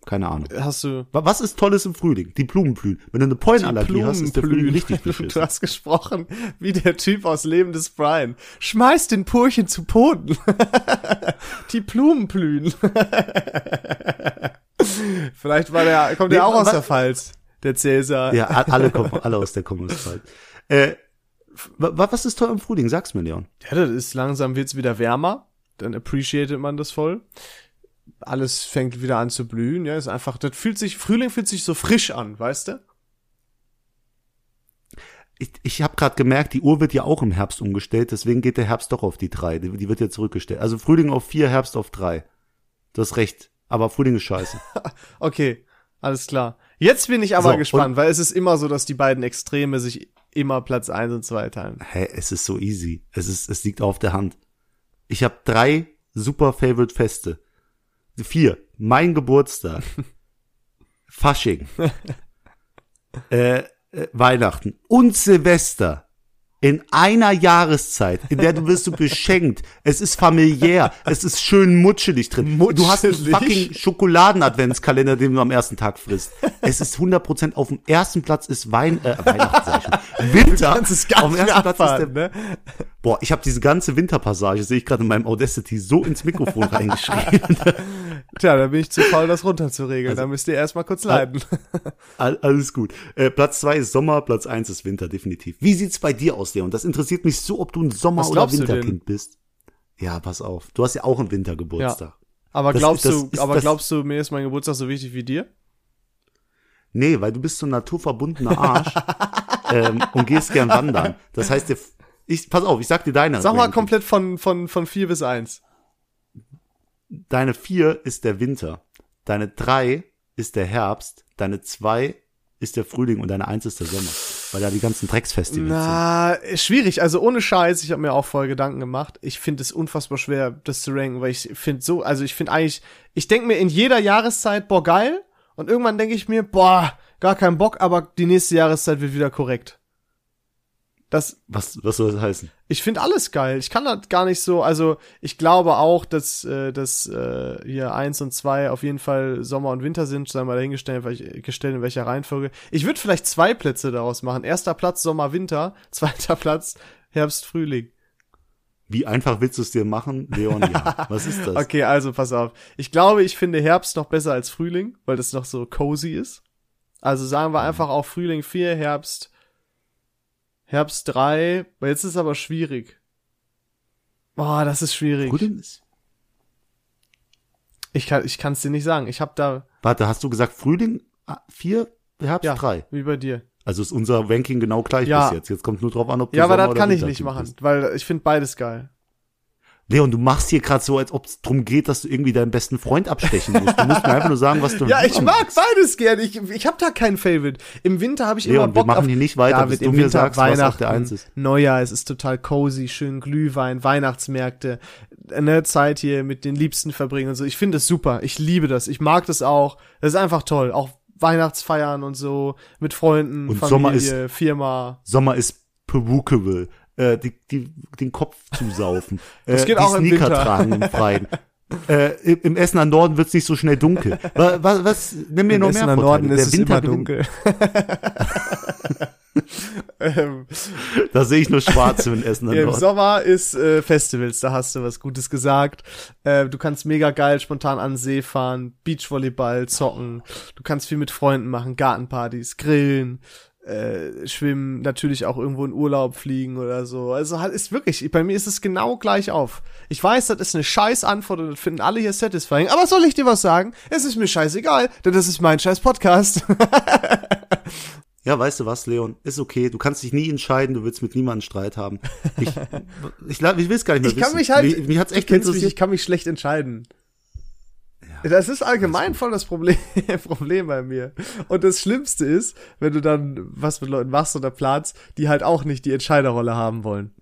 Speaker 1: Keine Ahnung.
Speaker 2: Hast du
Speaker 1: Wa- Was ist Tolles im Frühling? Die Blumen blühen. Wenn du eine Pollenallergie hast, ist der Frühling
Speaker 2: Blumenblühen.
Speaker 1: richtig
Speaker 2: Du
Speaker 1: beschissen.
Speaker 2: hast gesprochen wie der Typ aus Leben des Brian. Schmeiß den Purchen zu Boden. Die Blumen blühen. Vielleicht war der, kommt
Speaker 1: Nee,
Speaker 2: der auch aus
Speaker 1: was-
Speaker 2: der Pfalz, der Cäsar.
Speaker 1: Ja, a- alle kommen alle aus der Kommunistzeit. Äh, wa- wa- was ist toll im Frühling? Sag's mir, Leon.
Speaker 2: Ja, das ist langsam wird's wieder wärmer. Dann appreciatet man das voll. Alles fängt wieder an zu blühen. Ja, ist einfach, das fühlt sich, Frühling fühlt sich so frisch an, weißt du?
Speaker 1: Ich, ich habe gerade gemerkt, die Uhr wird ja auch im Herbst umgestellt, deswegen geht der Herbst doch auf die drei. Die, die wird ja zurückgestellt. Also Frühling auf vier, Herbst auf drei. Du hast recht. Aber Frühling ist scheiße.
Speaker 2: Okay, alles klar. Jetzt bin ich aber
Speaker 1: So,
Speaker 2: gespannt, weil es ist immer so, dass die beiden Extreme sich immer Platz eins und zwei teilen.
Speaker 1: Hä, es ist so easy. Es ist, es liegt auf der Hand. Ich habe drei super Favorite Feste. Vier. Mein Geburtstag. Fasching. äh, äh, Weihnachten und Silvester. In einer Jahreszeit, in der du wirst du beschenkt. Es ist familiär. Es ist schön mutschelig drin. Du hast einen
Speaker 2: Mutschelig?
Speaker 1: fucking Schokoladen-Adventskalender, den du am ersten Tag frisst. Es ist 100% auf dem ersten Platz ist Wein, äh, Weihnachten, sag ich schon. Winter.
Speaker 2: Das ist gar
Speaker 1: auf dem
Speaker 2: nicht
Speaker 1: ersten Platz ist der
Speaker 2: abfahren, ne?
Speaker 1: Boah, ich habe diese ganze Winterpassage, sehe ich gerade in meinem Audacity, so ins Mikrofon reingeschrieben.
Speaker 2: Tja, da bin ich zu faul, das runterzuregeln. da müsst ihr erstmal kurz leiden.
Speaker 1: All- Alles gut. Äh, Platz zwei ist Sommer, Platz eins ist Winter, definitiv. Wie sieht's bei dir aus, Leon? Das interessiert mich so, ob du ein Sommer-
Speaker 2: Was
Speaker 1: oder
Speaker 2: glaubst du denn?
Speaker 1: Winterkind bist. Ja, pass auf. Du hast ja auch einen Wintergeburtstag.
Speaker 2: Aber
Speaker 1: Das-
Speaker 2: glaubst
Speaker 1: das
Speaker 2: du,
Speaker 1: ist-
Speaker 2: aber
Speaker 1: das-
Speaker 2: glaubst du, mir ist mein Geburtstag so wichtig wie dir?
Speaker 1: Nee, weil du bist so ein naturverbundener Arsch ähm, und gehst gern wandern. Das heißt, der F- ich, pass auf, ich sag dir deine.
Speaker 2: Sag mal
Speaker 1: Ranking.
Speaker 2: komplett von, von, von vier bis eins.
Speaker 1: Deine vier ist der Winter. Deine drei ist der Herbst. Deine zwei ist der Frühling und deine eins ist der Sommer. Weil da die ganzen Drecksfestivals sind.
Speaker 2: Na, ist schwierig. Also ohne Scheiß, ich habe mir auch voll Gedanken gemacht. Ich finde es unfassbar schwer, das zu ranken, weil ich finde so, also ich finde eigentlich, ich denke mir in jeder Jahreszeit, boah, geil. Und irgendwann denke ich mir, boah, gar keinen Bock, aber die nächste Jahreszeit wird wieder korrekt. Das,
Speaker 1: Was, was soll das heißen?
Speaker 2: ich finde alles geil. Ich kann das gar nicht so, also ich glaube auch, dass, äh, dass äh, hier eins und zwei auf jeden Fall Sommer und Winter sind, sei mal dahingestellt, welch- gestellt in welcher Reihenfolge. Ich würde vielleicht zwei Plätze daraus machen. Erster Platz Sommer, Winter, zweiter Platz Herbst, Frühling.
Speaker 1: Wie einfach willst du es dir machen, Leon? Ja. Was ist das?
Speaker 2: Okay, also pass auf. Ich glaube, ich finde Herbst noch besser als Frühling, weil das noch so cozy ist. Also sagen wir einfach auch Frühling 4, Herbst, Herbst 3. Weil Jetzt ist aber schwierig. Boah, das ist schwierig.
Speaker 1: Frühling ist.
Speaker 2: Ich kann ich kann's dir nicht sagen. Ich habe da
Speaker 1: Warte, hast du gesagt Frühling ah, vier, Herbst
Speaker 2: ja
Speaker 1: drei?
Speaker 2: wie bei dir.
Speaker 1: Also ist unser Ranking genau gleich
Speaker 2: Ja.
Speaker 1: bis jetzt. Jetzt kommt nur drauf an, ob du
Speaker 2: Ja, aber
Speaker 1: Sommer
Speaker 2: das
Speaker 1: oder
Speaker 2: kann ich
Speaker 1: Wintertyp
Speaker 2: nicht machen,
Speaker 1: bist.
Speaker 2: weil ich finde beides geil.
Speaker 1: Leon, du machst hier gerade so, als ob es drum geht, dass du irgendwie deinen besten Freund abstechen musst. Du musst mir einfach nur sagen, was du
Speaker 2: Ja, ich
Speaker 1: lieber
Speaker 2: mag beides gern. Ich, ich habe da keinen Favorite. Im Winter habe ich immer
Speaker 1: Leon, wir
Speaker 2: Bock
Speaker 1: machen
Speaker 2: auf
Speaker 1: hier nicht weiter, bis
Speaker 2: David,
Speaker 1: du
Speaker 2: im
Speaker 1: mir
Speaker 2: Winter
Speaker 1: sagst, was
Speaker 2: Weihnachten,
Speaker 1: auf der Eins ist.
Speaker 2: Neujahr, es ist total cozy, schön Glühwein, Weihnachtsmärkte, eine Zeit hier mit den Liebsten verbringen und so. Ich finde es super. Ich liebe das. Ich mag das auch. Das ist einfach toll. Auch Weihnachtsfeiern und so mit Freunden,
Speaker 1: Und Sommer
Speaker 2: Familie, Firma.
Speaker 1: Sommer ist perukable, äh, die, die, den Kopf zusaufen,
Speaker 2: Das
Speaker 1: äh,
Speaker 2: geht
Speaker 1: die
Speaker 2: auch im
Speaker 1: Sneaker
Speaker 2: Winter.
Speaker 1: tragen im Freien. Äh, im- Im Essen an Norden wird's nicht so schnell dunkel. Was, was, was nimm mir
Speaker 2: Im
Speaker 1: noch
Speaker 2: Essen
Speaker 1: mehr
Speaker 2: am
Speaker 1: Vorteile.
Speaker 2: Norden ist es immer
Speaker 1: gewinnt.
Speaker 2: dunkel. ähm,
Speaker 1: Da sehe ich nur schwarz im Essen an
Speaker 2: Ja, Im
Speaker 1: Norden.
Speaker 2: Sommer ist äh, Festivals, da hast du was Gutes gesagt. Äh, du kannst mega geil spontan an den See fahren, Beachvolleyball zocken, du kannst viel mit Freunden machen, Gartenpartys, grillen, äh, schwimmen, natürlich auch irgendwo in Urlaub fliegen oder so. Also halt ist wirklich, bei mir ist es genau gleich auf. Ich weiß, das ist eine scheiß Antwort und das finden alle hier satisfying, aber soll ich dir was sagen? Es ist mir scheißegal, denn das ist mein scheiß Podcast.
Speaker 1: Ja, weißt du was, Leon? Ist okay. Du kannst dich nie entscheiden. Du willst mit niemandem Streit haben. Ich, ich, la- ich will es gar nicht mehr
Speaker 2: Ich kann
Speaker 1: wissen.
Speaker 2: mich halt-
Speaker 1: Mich, mich hat's echt
Speaker 2: kennst mich,
Speaker 1: interessiert.
Speaker 2: ich kann mich schlecht entscheiden. Das ist allgemein voll das Problem, Problem bei mir. Und das Schlimmste ist, wenn du dann was mit Leuten machst oder planst, die halt auch nicht die Entscheiderrolle haben wollen.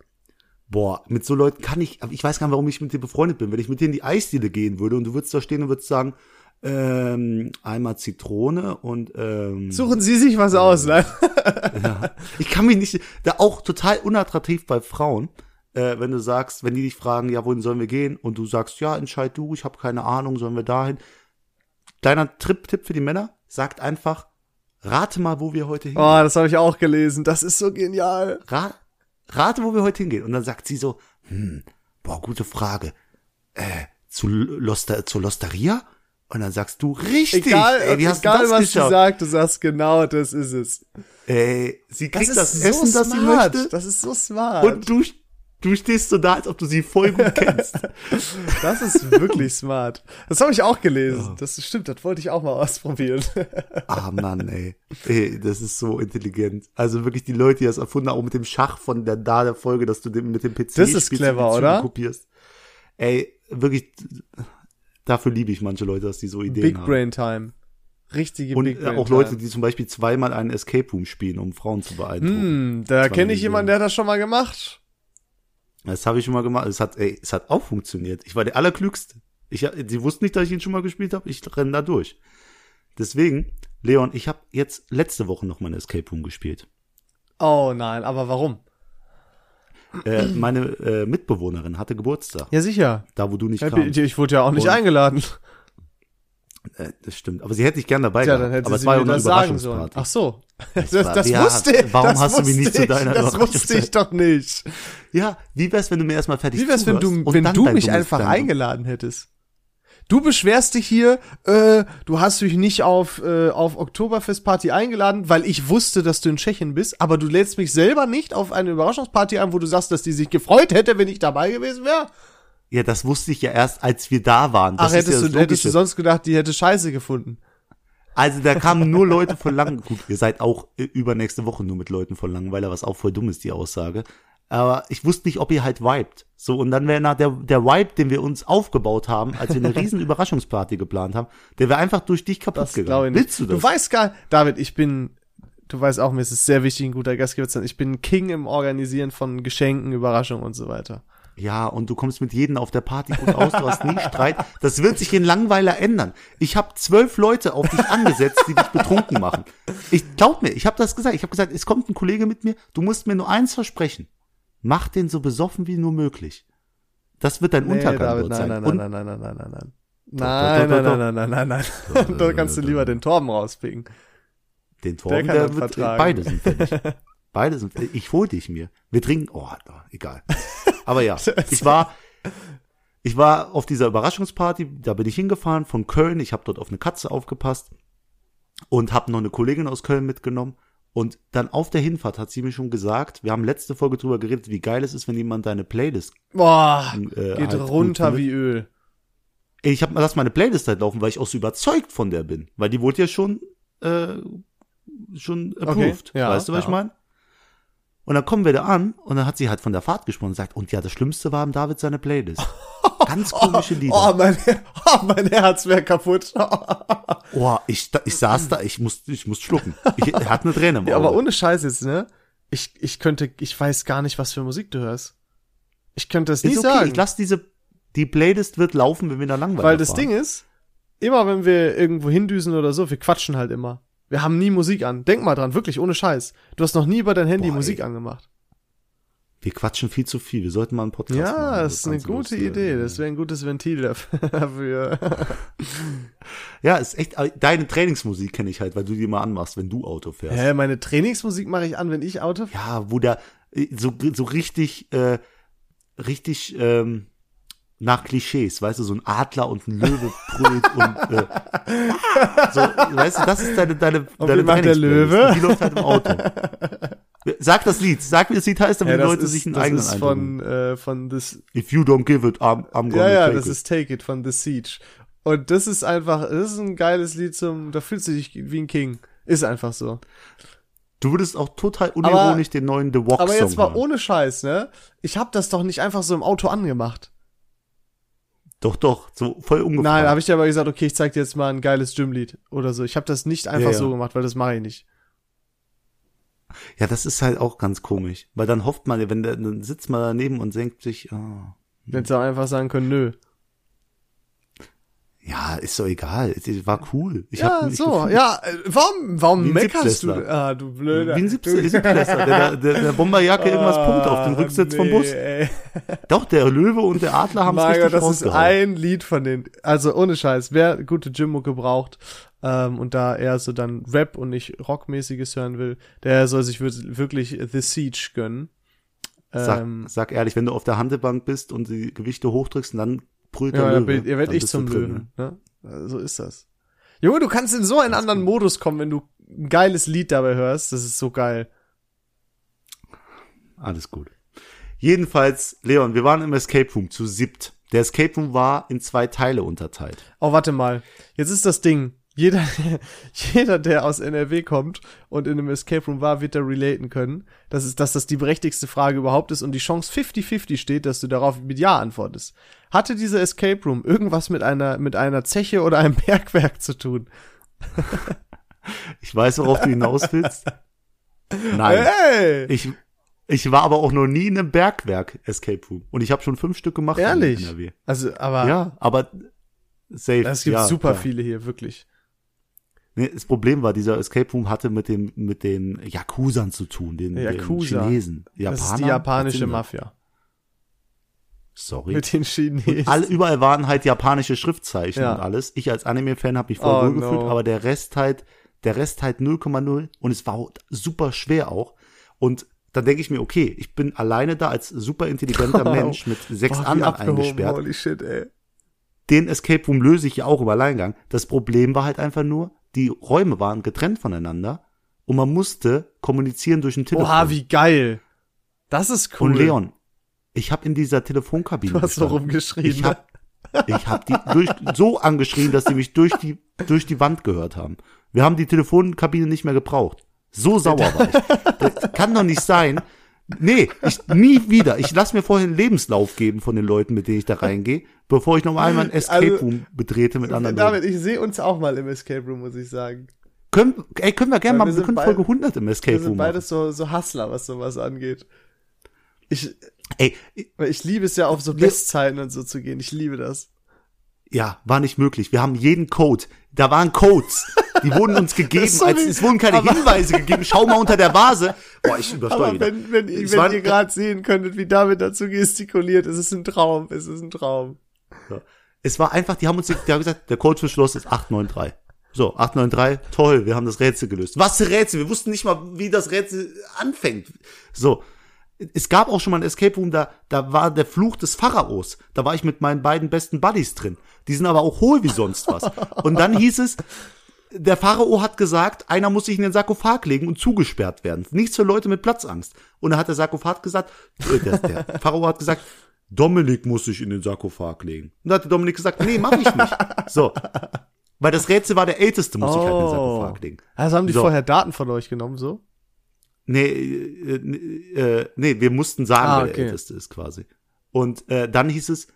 Speaker 1: Boah, mit so Leuten kann ich, aber ich weiß gar nicht, warum ich mit dir befreundet bin. Wenn ich mit dir in die Eisdiele gehen würde und du würdest da stehen und würdest sagen, ähm, einmal Zitrone und ähm,
Speaker 2: Suchen sie sich was aus, ne?
Speaker 1: ich kann mich nicht, da auch total unattraktiv bei Frauen, äh, wenn du sagst, wenn die dich fragen, ja, wohin sollen wir gehen und du sagst, ja, entscheid du, ich habe keine Ahnung, sollen wir dahin? kleiner Trip-Tipp für die Männer, sagt einfach, rate mal, wo wir heute hingehen.
Speaker 2: Oh, das habe ich auch gelesen. Das ist so genial.
Speaker 1: Ra rate, wo wir heute hingehen. Und dann sagt sie so, hm, boah, gute Frage. Äh, zu Loster, zur Losteria? Und dann sagst du, richtig.
Speaker 2: Egal,
Speaker 1: ey, wie hast du
Speaker 2: egal
Speaker 1: das
Speaker 2: was
Speaker 1: geschafft?
Speaker 2: du sagst, du sagst genau, das ist es.
Speaker 1: Ey, sie kriegt Äh, das,
Speaker 2: so
Speaker 1: Essen, das sie
Speaker 2: smart.
Speaker 1: möchte.
Speaker 2: Das ist so smart.
Speaker 1: und du, du stehst so da, als ob du sie voll gut kennst.
Speaker 2: das ist wirklich smart. Das habe ich auch gelesen. Das stimmt, das wollte ich auch mal ausprobieren.
Speaker 1: Ah, Mann, ey. ey. Das ist so intelligent. Also wirklich die Leute, die das erfunden haben, auch mit dem Schach von der da der Folge, dass du den mit dem PC
Speaker 2: Das ist
Speaker 1: spielst und die
Speaker 2: clever,
Speaker 1: Züge
Speaker 2: oder?
Speaker 1: kopierst. Ey, wirklich, dafür liebe ich manche Leute, dass die so Ideen
Speaker 2: Big
Speaker 1: haben.
Speaker 2: Brain Time. Richtige
Speaker 1: Und äh,
Speaker 2: Big Brain
Speaker 1: auch Leute, die zum Beispiel zweimal einen Escape Room spielen, um Frauen zu
Speaker 2: Time.
Speaker 1: beeindrucken.
Speaker 2: Hm, da
Speaker 1: war
Speaker 2: kenne ich
Speaker 1: nie
Speaker 2: jemanden, der hat das schon mal gemacht.
Speaker 1: Das habe ich schon mal gemacht. Es hat, ey, es hat auch funktioniert. Ich war der Allerklügste. Ich, sie wussten nicht, dass ich ihn schon mal gespielt habe. Ich renne da durch. Deswegen, Leon, ich habe jetzt letzte Woche noch mal ein Escape Room gespielt.
Speaker 2: Oh nein, aber warum?
Speaker 1: Äh, meine äh, Mitbewohnerin hatte Geburtstag.
Speaker 2: Ja, sicher.
Speaker 1: Da, wo du nicht
Speaker 2: Ich,
Speaker 1: kamst.
Speaker 2: ich wurde ja auch nicht
Speaker 1: Und-
Speaker 2: eingeladen.
Speaker 1: Äh, das stimmt. Aber sie hätte ich gern dabei
Speaker 2: Ja,
Speaker 1: gehabt.
Speaker 2: dann hätte
Speaker 1: Aber
Speaker 2: sie
Speaker 1: es war ja
Speaker 2: mir
Speaker 1: auch eine
Speaker 2: das sagen sollen.
Speaker 1: Überraschungsparty.
Speaker 2: Ach so. Das, das,
Speaker 1: war-
Speaker 2: das
Speaker 1: Ja,
Speaker 2: wusste ich.
Speaker 1: warum
Speaker 2: das
Speaker 1: hast du mich
Speaker 2: wusste
Speaker 1: nicht zu
Speaker 2: ich,
Speaker 1: deiner
Speaker 2: Das
Speaker 1: Überraschung
Speaker 2: wusste ich doch nicht.
Speaker 1: Ja, wie wär's, wenn du mir erstmal fertig
Speaker 2: Wie wär's, wenn
Speaker 1: zuhörst
Speaker 2: du,
Speaker 1: und
Speaker 2: wenn
Speaker 1: dann
Speaker 2: du
Speaker 1: dein
Speaker 2: mich
Speaker 1: dummes
Speaker 2: einfach
Speaker 1: Fernsehen-
Speaker 2: eingeladen hättest? Du beschwerst dich hier, äh, du hast mich nicht auf, äh, auf Oktoberfestparty eingeladen, weil ich wusste, dass du in Tschechien bist, aber du lädst mich selber nicht auf eine Überraschungsparty ein, wo du sagst, dass die sich gefreut hätte, wenn ich dabei gewesen wäre.
Speaker 1: Ja, das wusste ich ja erst, als wir da waren. Das
Speaker 2: Ach, hättest,
Speaker 1: ja das
Speaker 2: du, hättest du
Speaker 1: Logische.
Speaker 2: sonst gedacht, die hätte Scheiße gefunden.
Speaker 1: Also da kamen nur Leute von Langen. Gut, ihr seid auch äh, übernächste Woche nur mit Leuten von Langenweiler, was auch voll dumm ist, die Aussage. Aber ich wusste nicht, ob ihr halt vibet. So, und dann wäre nach der, der Vibe, den wir uns aufgebaut haben, als wir eine riesen Überraschungsparty geplant haben, der wäre einfach durch dich kaputt
Speaker 2: Das glaube
Speaker 1: gegangen.
Speaker 2: ich nicht.
Speaker 1: Willst du das?
Speaker 2: Du weißt gar, David, ich bin, du weißt auch, mir ist es sehr wichtig, ein guter Gastgeber zu sein. Ich bin King im Organisieren von Geschenken, Überraschungen und so weiter.
Speaker 1: Ja, und du kommst mit jedem auf der Party gut aus, du hast nie Streit. Das wird sich in Langweiler ändern. Ich habe zwölf Leute auf dich angesetzt, die dich betrunken machen. Ich glaub mir, ich habe das gesagt. Ich habe gesagt, es kommt ein Kollege mit mir, du musst mir nur eins versprechen. Mach den so besoffen wie nur möglich. Das wird dein Untergang
Speaker 2: David,
Speaker 1: dort
Speaker 2: nein,
Speaker 1: sein.
Speaker 2: nein,
Speaker 1: und
Speaker 2: nein, nein, nein, nein, nein, nein.
Speaker 1: Doch,
Speaker 2: Nein,
Speaker 1: doch,
Speaker 2: nein,
Speaker 1: doch,
Speaker 2: nein, nein, nein, nein, nein. Da kannst du lieber den Torben rauspicken.
Speaker 1: den Torben,
Speaker 2: kann
Speaker 1: der,
Speaker 2: das
Speaker 1: wird,
Speaker 2: vertragen.
Speaker 1: beide sind fertig. Beide sind fertig. Ich hol dich mir. Wir trinken, oh, egal. Aber ja, ich war, ich war auf dieser Überraschungsparty, da bin ich hingefahren von Köln, ich habe dort auf eine Katze aufgepasst und habe noch eine Kollegin aus Köln mitgenommen. Und dann auf der Hinfahrt hat sie mir schon gesagt, wir haben letzte Folge drüber geredet, wie geil es ist, wenn jemand deine Playlist.
Speaker 2: Boah,
Speaker 1: Äh,
Speaker 2: geht
Speaker 1: halt
Speaker 2: runter
Speaker 1: gut, ne?
Speaker 2: wie Öl.
Speaker 1: Ey, Ich habe lass meine Playlist halt laufen, weil ich auch so überzeugt von der bin. Weil die wurde ja schon, äh, schon approved.
Speaker 2: ja,
Speaker 1: weißt du, was
Speaker 2: ja.
Speaker 1: ich meine? Und dann kommen wir da an und dann hat sie halt von der Fahrt gesprochen und sagt, und ja, das Schlimmste war im David seine Playlist. Ganz komische Lieder.
Speaker 2: Oh, mein, oh, mein Herz wäre kaputt. ja,
Speaker 1: Boah, Oh, ich, sta- ich saß da, ich muss, ich muss schlucken. Ich, er hat eine Träne im Auge.
Speaker 2: aber ohne Scheiß jetzt, ne? Ich, ich könnte, ich weiß gar nicht, was für Musik du hörst. Ich könnte es
Speaker 1: ist
Speaker 2: nicht
Speaker 1: okay,
Speaker 2: sagen.
Speaker 1: ich lass diese, die Playlist wird laufen, wenn wir da langweilig
Speaker 2: Weil das Ding ist, immer wenn wir irgendwo hindüsen oder so, wir quatschen halt immer. Wir haben nie Musik an. Denk mal dran, wirklich, ohne Scheiß. Du hast noch nie über dein Handy
Speaker 1: Boah,
Speaker 2: Musik
Speaker 1: ey.
Speaker 2: angemacht.
Speaker 1: Wir quatschen viel zu viel, wir sollten mal einen Podcast machen.
Speaker 2: ja, das
Speaker 1: so
Speaker 2: ist eine
Speaker 1: ganz
Speaker 2: gute
Speaker 1: los, äh,
Speaker 2: Idee. Das wäre ein gutes Ventil dafür.
Speaker 1: Ja, ist echt, aber deine Trainingsmusik kenne ich halt, weil du die mal anmachst, wenn du Auto fährst.
Speaker 2: Hä, meine Trainingsmusik mache ich an, wenn ich Auto fahre?
Speaker 1: ja, wo da äh, so, so richtig, äh, richtig ähm, nach Klischees, weißt du, so ein Adler und ein Löwe brüllt und äh, so, weißt du, das ist deine deine
Speaker 2: Und
Speaker 1: deine
Speaker 2: wie macht der
Speaker 1: Trainingsplaylist.
Speaker 2: Löwe?
Speaker 1: Und Die läuft halt im Auto. Sag das Lied, sag wie das Lied heißt, damit die
Speaker 2: das
Speaker 1: Leute
Speaker 2: ist,
Speaker 1: sich einen
Speaker 2: das
Speaker 1: eigenen
Speaker 2: ist
Speaker 1: Eindruck. machen.
Speaker 2: von, äh, von this,
Speaker 1: If you don't give it, I'm, I'm gonna
Speaker 2: ja, ja,
Speaker 1: take
Speaker 2: das
Speaker 1: it.
Speaker 2: ist Take It von The Siege. Und das ist einfach, das ist ein geiles Lied zum, da fühlst du dich wie ein King. Ist einfach so.
Speaker 1: du würdest auch total unironisch den neuen The Walk
Speaker 2: Aber
Speaker 1: Song
Speaker 2: jetzt mal
Speaker 1: hören.
Speaker 2: ohne Scheiß, ne? Ich hab das doch nicht einfach so im Auto angemacht.
Speaker 1: Doch, doch, so voll ungefähr.
Speaker 2: Nein, habe ich dir aber gesagt, okay, ich zeig dir jetzt mal ein geiles Gymlied oder so. Ich habe das nicht einfach
Speaker 1: Ja, ja.
Speaker 2: so gemacht, weil das mache ich nicht.
Speaker 1: Ja, das ist halt auch ganz komisch, weil dann hofft man, wenn der, dann sitzt man
Speaker 2: Hm.
Speaker 1: daneben und denkt sich, ah,
Speaker 2: Wenn sie auch einfach sagen können, nö.
Speaker 1: Ja, ist doch egal. Es War cool. Ich hab
Speaker 2: Ja,
Speaker 1: mich
Speaker 2: so,
Speaker 1: gefühlt.
Speaker 2: ja, äh, warum,
Speaker 1: Wie
Speaker 2: warum
Speaker 1: ein
Speaker 2: meckerst du?
Speaker 1: Siebtklässler.
Speaker 2: Ah, du blöder.
Speaker 1: Wie ein Siebzehn- wie ein Siebtklässler, der, der, der Bomberjacke irgendwas pumpt auf dem Rücksitz vom Bus.
Speaker 2: Ah, Ey.
Speaker 1: Doch, der Löwe und der Adler haben es
Speaker 2: Mein
Speaker 1: richtig
Speaker 2: Gott, das ist
Speaker 1: rausgehauen.
Speaker 2: ein Lied von den, also ohne Scheiß, wer gute Jimmucke braucht ähm, und da eher so dann Rap und nicht Rockmäßiges hören will, der soll sich wir- wirklich The Siege gönnen.
Speaker 1: Sag,
Speaker 2: Ähm,
Speaker 1: sag ehrlich, wenn du auf der Handelbank bist und die Gewichte hochdrückst, und dann brüllt
Speaker 2: ja,
Speaker 1: der
Speaker 2: da
Speaker 1: Löwe.
Speaker 2: bin, ihr werdet
Speaker 1: dann
Speaker 2: ich
Speaker 1: bist du
Speaker 2: zum
Speaker 1: drin,
Speaker 2: Löwen. Ne? So ist das. Junge, du kannst in so einen anderen Modus kommen, wenn du ein geiles Lied dabei hörst. Das ist so geil.
Speaker 1: ne? Alles gut. Jedenfalls, Leon, wir waren im Escape Room zu siebt. Der Escape Room war in zwei Teile unterteilt.
Speaker 2: Oh, warte mal. Jetzt ist das Ding. Jeder, jeder, der aus NRW kommt und in einem Escape Room war, wird da relaten können, dass, es, dass das die berechtigste Frage überhaupt ist und die Chance 50-50 steht, dass du darauf mit Ja antwortest. Hatte dieser Escape Room irgendwas mit einer, mit einer Zeche oder einem Bergwerk zu tun?
Speaker 1: Ich weiß, worauf du hinaus willst.
Speaker 2: Äh?
Speaker 1: Nein.
Speaker 2: Hey!
Speaker 1: Ich, ich war aber auch noch nie in einem Bergwerk Escape Room. Und ich habe schon fünf Stück gemacht. in
Speaker 2: Ehrlich?
Speaker 1: NRW.
Speaker 2: Also, aber
Speaker 1: Ja, aber safe.
Speaker 2: es gibt
Speaker 1: ja,
Speaker 2: super
Speaker 1: klar.
Speaker 2: viele hier, wirklich.
Speaker 1: Nee, das Problem war, dieser Escape Room hatte mit dem mit den Yakuzern zu tun, den, den
Speaker 2: Yakuza.
Speaker 1: Chinesen. Japaner?
Speaker 2: Das ist die
Speaker 1: Was
Speaker 2: japanische
Speaker 1: sind das?
Speaker 2: Mafia.
Speaker 1: Sorry.
Speaker 2: Mit den Chinesen.
Speaker 1: alle, überall waren halt japanische Schriftzeichen
Speaker 2: Ja.
Speaker 1: und alles. Ich als Anime-Fan habe mich voll
Speaker 2: Oh,
Speaker 1: wohl gefühlt,
Speaker 2: no.
Speaker 1: aber der Rest halt, der Rest halt 0,0 und es war super schwer auch. Und dann denke ich mir, okay, ich bin alleine da als super intelligenter Mensch mit sechs
Speaker 2: Boah, wie
Speaker 1: anderen
Speaker 2: abgehoben,
Speaker 1: eingesperrt.
Speaker 2: Holy shit, ey.
Speaker 1: Den Escape Room löse ich ja auch im Alleingang. Das Problem war halt einfach nur, die Räume waren getrennt voneinander und man musste kommunizieren durch ein Telefon.
Speaker 2: Oha, wie geil. Das ist cool.
Speaker 1: und Leon, ich habe in dieser Telefonkabine
Speaker 2: Du hast so
Speaker 1: gestanden.
Speaker 2: rumgeschrien.
Speaker 1: Ich hab, ich hab die durch, so angeschrien, dass sie mich durch die, durch die Wand gehört haben. Wir haben die Telefonkabine nicht mehr gebraucht. So sauer war ich. Das kann doch nicht sein. Nee, ich, nie wieder. Ich lasse mir vorher einen Lebenslauf geben von den Leuten, mit denen ich da reingehe, bevor ich noch einmal einen Escape
Speaker 2: Also,
Speaker 1: Room betrete mit anderen Leuten.
Speaker 2: David, ich sehe uns auch mal im Escape Room, muss ich sagen.
Speaker 1: Können, ey, können wir gerne
Speaker 2: Weil
Speaker 1: mal,
Speaker 2: wir
Speaker 1: wir,
Speaker 2: sind
Speaker 1: können
Speaker 2: beide-
Speaker 1: Folge 100 im
Speaker 2: Wir
Speaker 1: Escape
Speaker 2: sind
Speaker 1: Room machen.
Speaker 2: beides so, so Hustler, was sowas angeht. Ich,
Speaker 1: Ey,
Speaker 2: weil ich liebe es ja, auf so Bestzeiten und so zu gehen. Ich liebe das.
Speaker 1: ja, war nicht möglich. Wir haben jeden Code. Da waren Codes. Die wurden uns gegeben.
Speaker 2: ist so
Speaker 1: als,
Speaker 2: wie-
Speaker 1: es wurden keine
Speaker 2: aber-
Speaker 1: Hinweise gegeben. Schau mal unter der Vase. Boah, ich übersteuere
Speaker 2: Aber
Speaker 1: wieder.
Speaker 2: wenn, wenn,
Speaker 1: Es
Speaker 2: wenn,
Speaker 1: waren-
Speaker 2: ihr gerade sehen könntet, wie David dazu gestikuliert, es ist ein Traum, es ist ein Traum.
Speaker 1: Ja. Es war einfach, die haben uns die haben gesagt, der Code für Schloss ist 893. So, 893, toll, wir haben das Rätsel gelöst. Was für Rätsel? Wir wussten nicht mal, wie das Rätsel anfängt. So. Es gab auch schon mal ein Escape Room, da, da war der Fluch des Pharaos. Da war ich mit meinen beiden besten Buddies drin. Die sind aber auch hohl wie sonst was. Und dann hieß es, der Pharao hat gesagt, einer muss sich in den Sarkophag legen und zugesperrt werden. Nichts für Leute mit Platzangst. Und dann hat der Sarkophag gesagt, äh, der, der Pharao hat gesagt, Dominik muss sich in den Sarkophag legen. Und dann hat der Dominik gesagt, nee, mach ich nicht. So. Weil das Rätsel war, der Älteste muss sich halt
Speaker 2: Oh.
Speaker 1: in den Sarkophag legen.
Speaker 2: Also haben die
Speaker 1: So.
Speaker 2: vorher Daten von euch genommen, so?
Speaker 1: Nee, äh, nee, äh, nee, wir mussten sagen,
Speaker 2: Ah,
Speaker 1: wer
Speaker 2: okay.
Speaker 1: der Älteste ist quasi. Und äh, dann hieß es,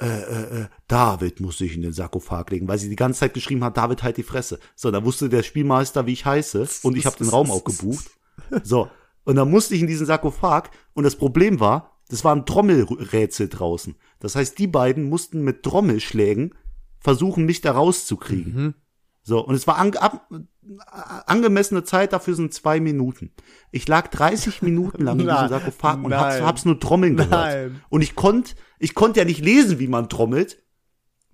Speaker 1: äh, äh, äh, David muss sich in den Sarkophag legen, weil sie die ganze Zeit geschrieben hat, David halt die Fresse. So, da wusste der Spielmeister, wie ich heiße, und ich habe den Raum auch gebucht. So, und dann musste ich in diesen Sarkophag, und das Problem war, das war ein Trommelrätsel draußen. Das heißt, die beiden mussten mit Trommelschlägen versuchen, mich da rauszukriegen. So, und es war ange ab, äh, angemessene Zeit dafür sind zwei Minuten. Ich lag 30 Minuten lang in
Speaker 2: Nein.
Speaker 1: diesem Sarkophag und hab's,
Speaker 2: Nein.
Speaker 1: hab's nur Trommeln gehört.
Speaker 2: Nein.
Speaker 1: Und ich konnte ich konnte ja nicht lesen, wie man trommelt,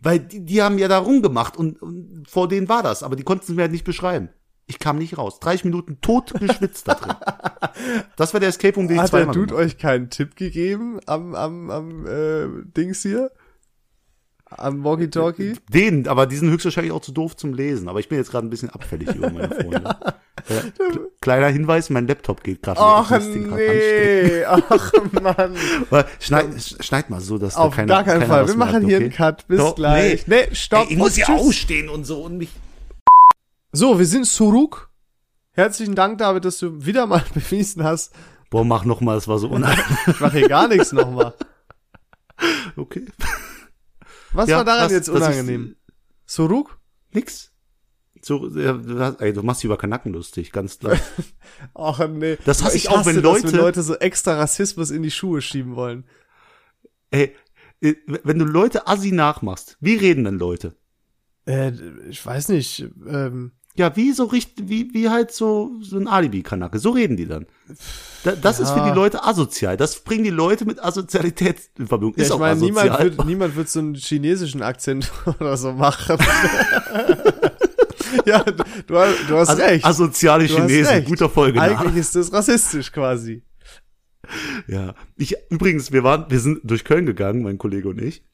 Speaker 1: weil die, die haben ja da rumgemacht und, und vor denen war das, aber die konnten es mir halt nicht beschreiben. Ich kam nicht raus. 30 Minuten tot geschwitzt da drin. Das war der Escape Room, den ich
Speaker 2: Hat der
Speaker 1: zweimal
Speaker 2: Dude
Speaker 1: gemacht.
Speaker 2: euch keinen Tipp gegeben am, am, am äh, Dings hier? Am Walkie-Talkie?
Speaker 1: Den, aber die sind höchstwahrscheinlich auch zu doof zum Lesen. Aber ich bin jetzt gerade ein bisschen abfällig über meine Freunde. ja. kle- Kleiner Hinweis, mein Laptop geht gerade.
Speaker 2: Ach
Speaker 1: nicht. Ich muss den grad anstellen.
Speaker 2: nee, ach Mann.
Speaker 1: Aber Schneid, schneid mal so, dass da
Speaker 2: Auf
Speaker 1: keiner,
Speaker 2: gar keinen
Speaker 1: keiner
Speaker 2: Fall.
Speaker 1: was
Speaker 2: Wir machen
Speaker 1: merkt,
Speaker 2: hier
Speaker 1: okay?
Speaker 2: einen Cut. Bis
Speaker 1: Doch,
Speaker 2: gleich. Nee,
Speaker 1: nee.
Speaker 2: stopp.
Speaker 1: Ey, ich muss
Speaker 2: und
Speaker 1: hier
Speaker 2: tschüss.
Speaker 1: ausstehen und so und mich.
Speaker 2: So, wir sind zurück. Herzlichen Dank, David, dass du wieder mal bewiesen hast.
Speaker 1: Boah, mach noch mal, das war so unangenehm.
Speaker 2: Ich mache hier gar nichts nochmal.
Speaker 1: Okay.
Speaker 2: Was
Speaker 1: Ja,
Speaker 2: war daran
Speaker 1: das-
Speaker 2: jetzt
Speaker 1: das ist-
Speaker 2: unangenehm? Zurück?
Speaker 1: Nix. So, äh, du hast- ey, du machst dich über Kanacken lustig, ganz klar.
Speaker 2: Ach nee.
Speaker 1: Das hasse ich auch,
Speaker 2: hasse,
Speaker 1: wenn
Speaker 2: dass
Speaker 1: Leute-
Speaker 2: Leute so extra Rassismus in die Schuhe schieben wollen.
Speaker 1: ey, äh, wenn du Leute assi nachmachst, wie reden denn Leute?
Speaker 2: Äh, ich weiß nicht. Ähm,
Speaker 1: Ja, wie so richtig, wie, wie halt so, so ein Alibi-Kanacke. So reden die dann. Da, das ist für
Speaker 2: Ja.
Speaker 1: die Leute asozial. Das bringen die Leute mit Asozialität in Verbindung. Ist
Speaker 2: ja, ich
Speaker 1: auch
Speaker 2: meine,
Speaker 1: asozial.
Speaker 2: niemand wird, niemand wird so einen chinesischen Akzent oder so machen. ja, du, du hast du hast
Speaker 1: As-
Speaker 2: recht.
Speaker 1: Also, Asoziale
Speaker 2: du hast
Speaker 1: Chinesen,
Speaker 2: recht.
Speaker 1: guter Folge. ne?
Speaker 2: Eigentlich ist das rassistisch quasi.
Speaker 1: Ja. Ich, übrigens, wir waren, wir sind durch Köln gegangen, mein Kollege und ich.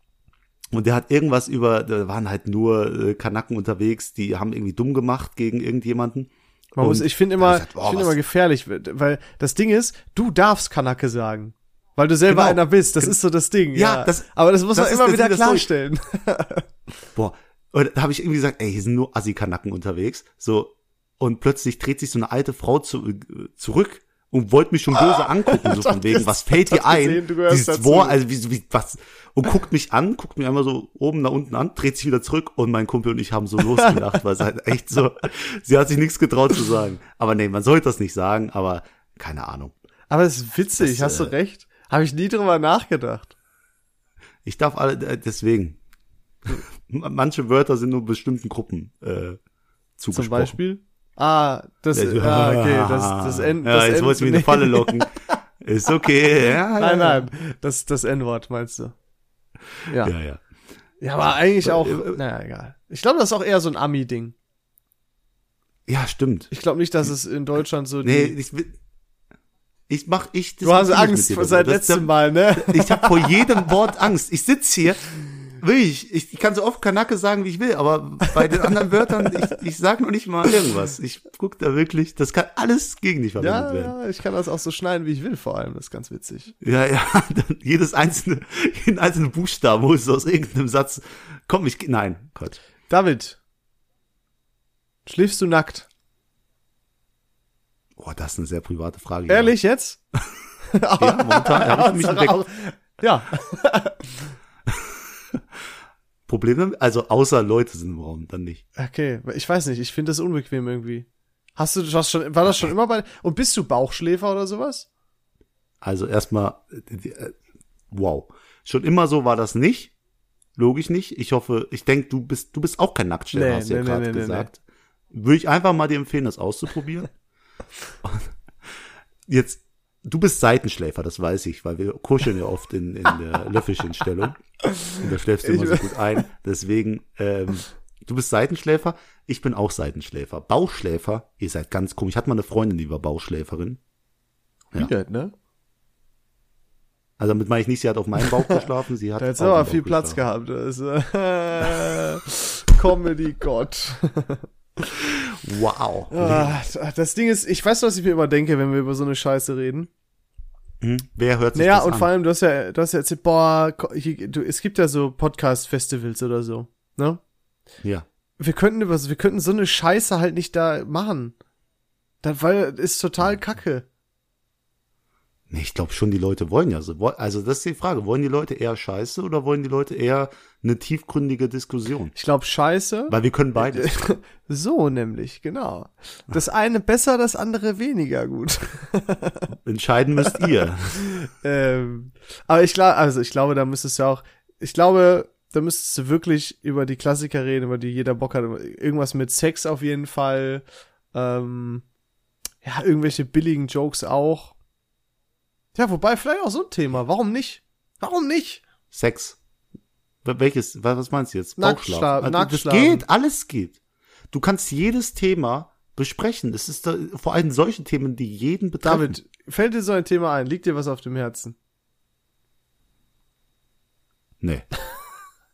Speaker 1: Und der hat irgendwas über, da waren halt nur äh, Kanaken unterwegs, die haben irgendwie dumm gemacht gegen irgendjemanden.
Speaker 2: Man muss,
Speaker 1: Und
Speaker 2: ich finde
Speaker 1: hab
Speaker 2: immer,
Speaker 1: ich gedacht, boah,
Speaker 2: ich finde
Speaker 1: was-
Speaker 2: immer gefährlich, weil das Ding ist, du darfst Kanake sagen. Weil du selber
Speaker 1: Genau.
Speaker 2: einer bist, das ist so das Ding. Ja,
Speaker 1: Ja, das-
Speaker 2: aber das muss
Speaker 1: das
Speaker 2: man
Speaker 1: ist
Speaker 2: immer
Speaker 1: das
Speaker 2: wieder
Speaker 1: Ding, das soll ich-
Speaker 2: klarstellen.
Speaker 1: Boah. Und da habe ich irgendwie gesagt, ey, hier sind nur Assi-Kanaken unterwegs. So. Und plötzlich dreht sich so eine alte Frau zu, äh, zurück und wollte mich schon
Speaker 2: Ah,
Speaker 1: böse angucken, so von wegen,
Speaker 2: gesehen,
Speaker 1: was fällt
Speaker 2: ich
Speaker 1: dir
Speaker 2: hab
Speaker 1: ein?
Speaker 2: gesehen, du gehörst
Speaker 1: Dieses
Speaker 2: dazu.
Speaker 1: Wort, also wie, wie, was? Und guckt mich an, guckt mich einmal so oben nach unten an, dreht sich wieder zurück und mein Kumpel und ich haben so losgelacht, weil es halt echt so, sie hat sich nichts getraut zu sagen. Aber nee, man sollte das nicht sagen, aber keine Ahnung.
Speaker 2: Aber das ist witzig,
Speaker 1: Das,
Speaker 2: hast du
Speaker 1: äh,
Speaker 2: recht. Habe ich nie drüber nachgedacht.
Speaker 1: Ich darf alle, äh, deswegen. Manche Wörter sind nur bestimmten Gruppen, äh, zugesprochen.
Speaker 2: Zum Beispiel? Ah, das, ah, okay, das, das N,
Speaker 1: Ja,
Speaker 2: das
Speaker 1: jetzt
Speaker 2: N-
Speaker 1: wolltest du mir
Speaker 2: nee.
Speaker 1: eine Falle locken. Ist okay. Ja,
Speaker 2: Nein,
Speaker 1: ja,
Speaker 2: nein, das, das N-Wort meinst du. Ja. ja.
Speaker 1: Ja, ja.
Speaker 2: aber eigentlich auch,
Speaker 1: Äh, äh,
Speaker 2: naja, egal. Ich glaube, das ist auch eher so ein Ami-Ding.
Speaker 1: Ja, stimmt.
Speaker 2: Ich glaube nicht, dass es in Deutschland so
Speaker 1: Nee,
Speaker 2: die,
Speaker 1: ich, will- ich mach, ich,
Speaker 2: Du hast
Speaker 1: diskutiere
Speaker 2: Angst
Speaker 1: mit dir
Speaker 2: vor
Speaker 1: darüber.
Speaker 2: seit
Speaker 1: Das-
Speaker 2: letztem Mal, ne?
Speaker 1: Ich habe vor jedem Wort Angst. Ich sitze hier, wirklich, ich, ich kann so oft Kanake sagen, wie ich will, aber bei den anderen Wörtern, ich, ich sag noch nicht mal irgendwas. Ich guck da wirklich, das kann alles gegen dich verwendet
Speaker 2: Ja,
Speaker 1: werden.
Speaker 2: ja, ich kann das auch so schneiden, wie ich will, vor allem. Das ist ganz witzig.
Speaker 1: Ja, ja, dann jedes einzelne, jeden einzelnen Buchstaben, wo es aus irgendeinem Satz, komm, ich, nein, Gott.
Speaker 2: David, schläfst du nackt?
Speaker 1: Oh, das ist eine sehr private Frage. ja.
Speaker 2: Ehrlich jetzt?
Speaker 1: Ja, momentan habe ich mich entdeckt.
Speaker 2: ja,
Speaker 1: Problem damit? Also außer Leute sind im Raum, dann nicht.
Speaker 2: okay. Ich weiß nicht, ich finde das unbequem irgendwie. Hast du das schon, war das schon immer bei, und bist du Bauchschläfer oder sowas?
Speaker 1: Also erstmal, äh, äh, wow. Schon immer so war das nicht. Logisch nicht. Ich hoffe, ich denke, du bist, du bist auch kein Nacktsteller,
Speaker 2: Nee,
Speaker 1: hast du ja
Speaker 2: nee,
Speaker 1: gerade
Speaker 2: nee, nee, nee,
Speaker 1: gesagt. Würde ich einfach mal dir empfehlen, das auszuprobieren. Und Jetzt, du bist Seitenschläfer, das weiß ich, weil wir kuscheln ja oft in, in der Löffelchenstellung. Und da schläfst du immer so gut ein. Deswegen, ähm, du bist Seitenschläfer, ich bin auch Seitenschläfer. Bauchschläfer, ihr seid ganz komisch. Ich hatte mal eine Freundin, die war Bauchschläferin. Ja.
Speaker 2: Weird, ne?
Speaker 1: Also damit meine ich nicht, sie hat auf meinem Bauch geschlafen, sie hat
Speaker 2: Da hättest
Speaker 1: auf
Speaker 2: du aber
Speaker 1: dem Bauch
Speaker 2: viel Platz
Speaker 1: geschlafen.
Speaker 2: gehabt. Das ist, äh, Comedy-Gott.
Speaker 1: Wow.
Speaker 2: Ah, das Ding ist, ich weiß, was ich mir immer denke, wenn wir über so eine Scheiße reden.
Speaker 1: Hm, Wer hört sich
Speaker 2: Naja,
Speaker 1: das
Speaker 2: und
Speaker 1: an?
Speaker 2: vor allem, du hast ja, du hast ja erzählt, boah, ko- hier, du, es gibt ja so Podcast-Festivals oder so, ne?
Speaker 1: ja.
Speaker 2: Wir könnten über, wir könnten so eine Scheiße halt nicht da machen. Das, weil, das ist total kacke.
Speaker 1: Nee, ich glaube schon, die Leute wollen ja so. Woll- Also das ist die Frage, wollen die Leute eher Scheiße oder wollen die Leute eher eine tiefgründige Diskussion?
Speaker 2: Ich glaube, Scheiße.
Speaker 1: Weil wir können beides.
Speaker 2: So nämlich, genau. Das eine besser, das andere weniger gut.
Speaker 1: Entscheiden müsst ihr.
Speaker 2: ähm, aber ich glaube, also ich glaube, da müsstest du auch, ich glaube, da müsstest du wirklich über die Klassiker reden, über die jeder Bock hat. Irgendwas mit Sex auf jeden Fall. Ähm, ja, irgendwelche billigen Jokes auch. Ja, wobei vielleicht auch so ein Thema. Warum nicht? Warum nicht?
Speaker 1: Sex. Wel- Welches, wa- was meinst du jetzt?
Speaker 2: Nacktschla-
Speaker 1: Bauchschlafen. Also, das
Speaker 2: Nacktschlafen.
Speaker 1: geht, alles geht. Du kannst jedes Thema besprechen. Es ist da, vor allem solche Themen, die jeden betreffen.
Speaker 2: David, fällt dir so ein Thema ein? Liegt dir was auf dem Herzen?
Speaker 1: Nee.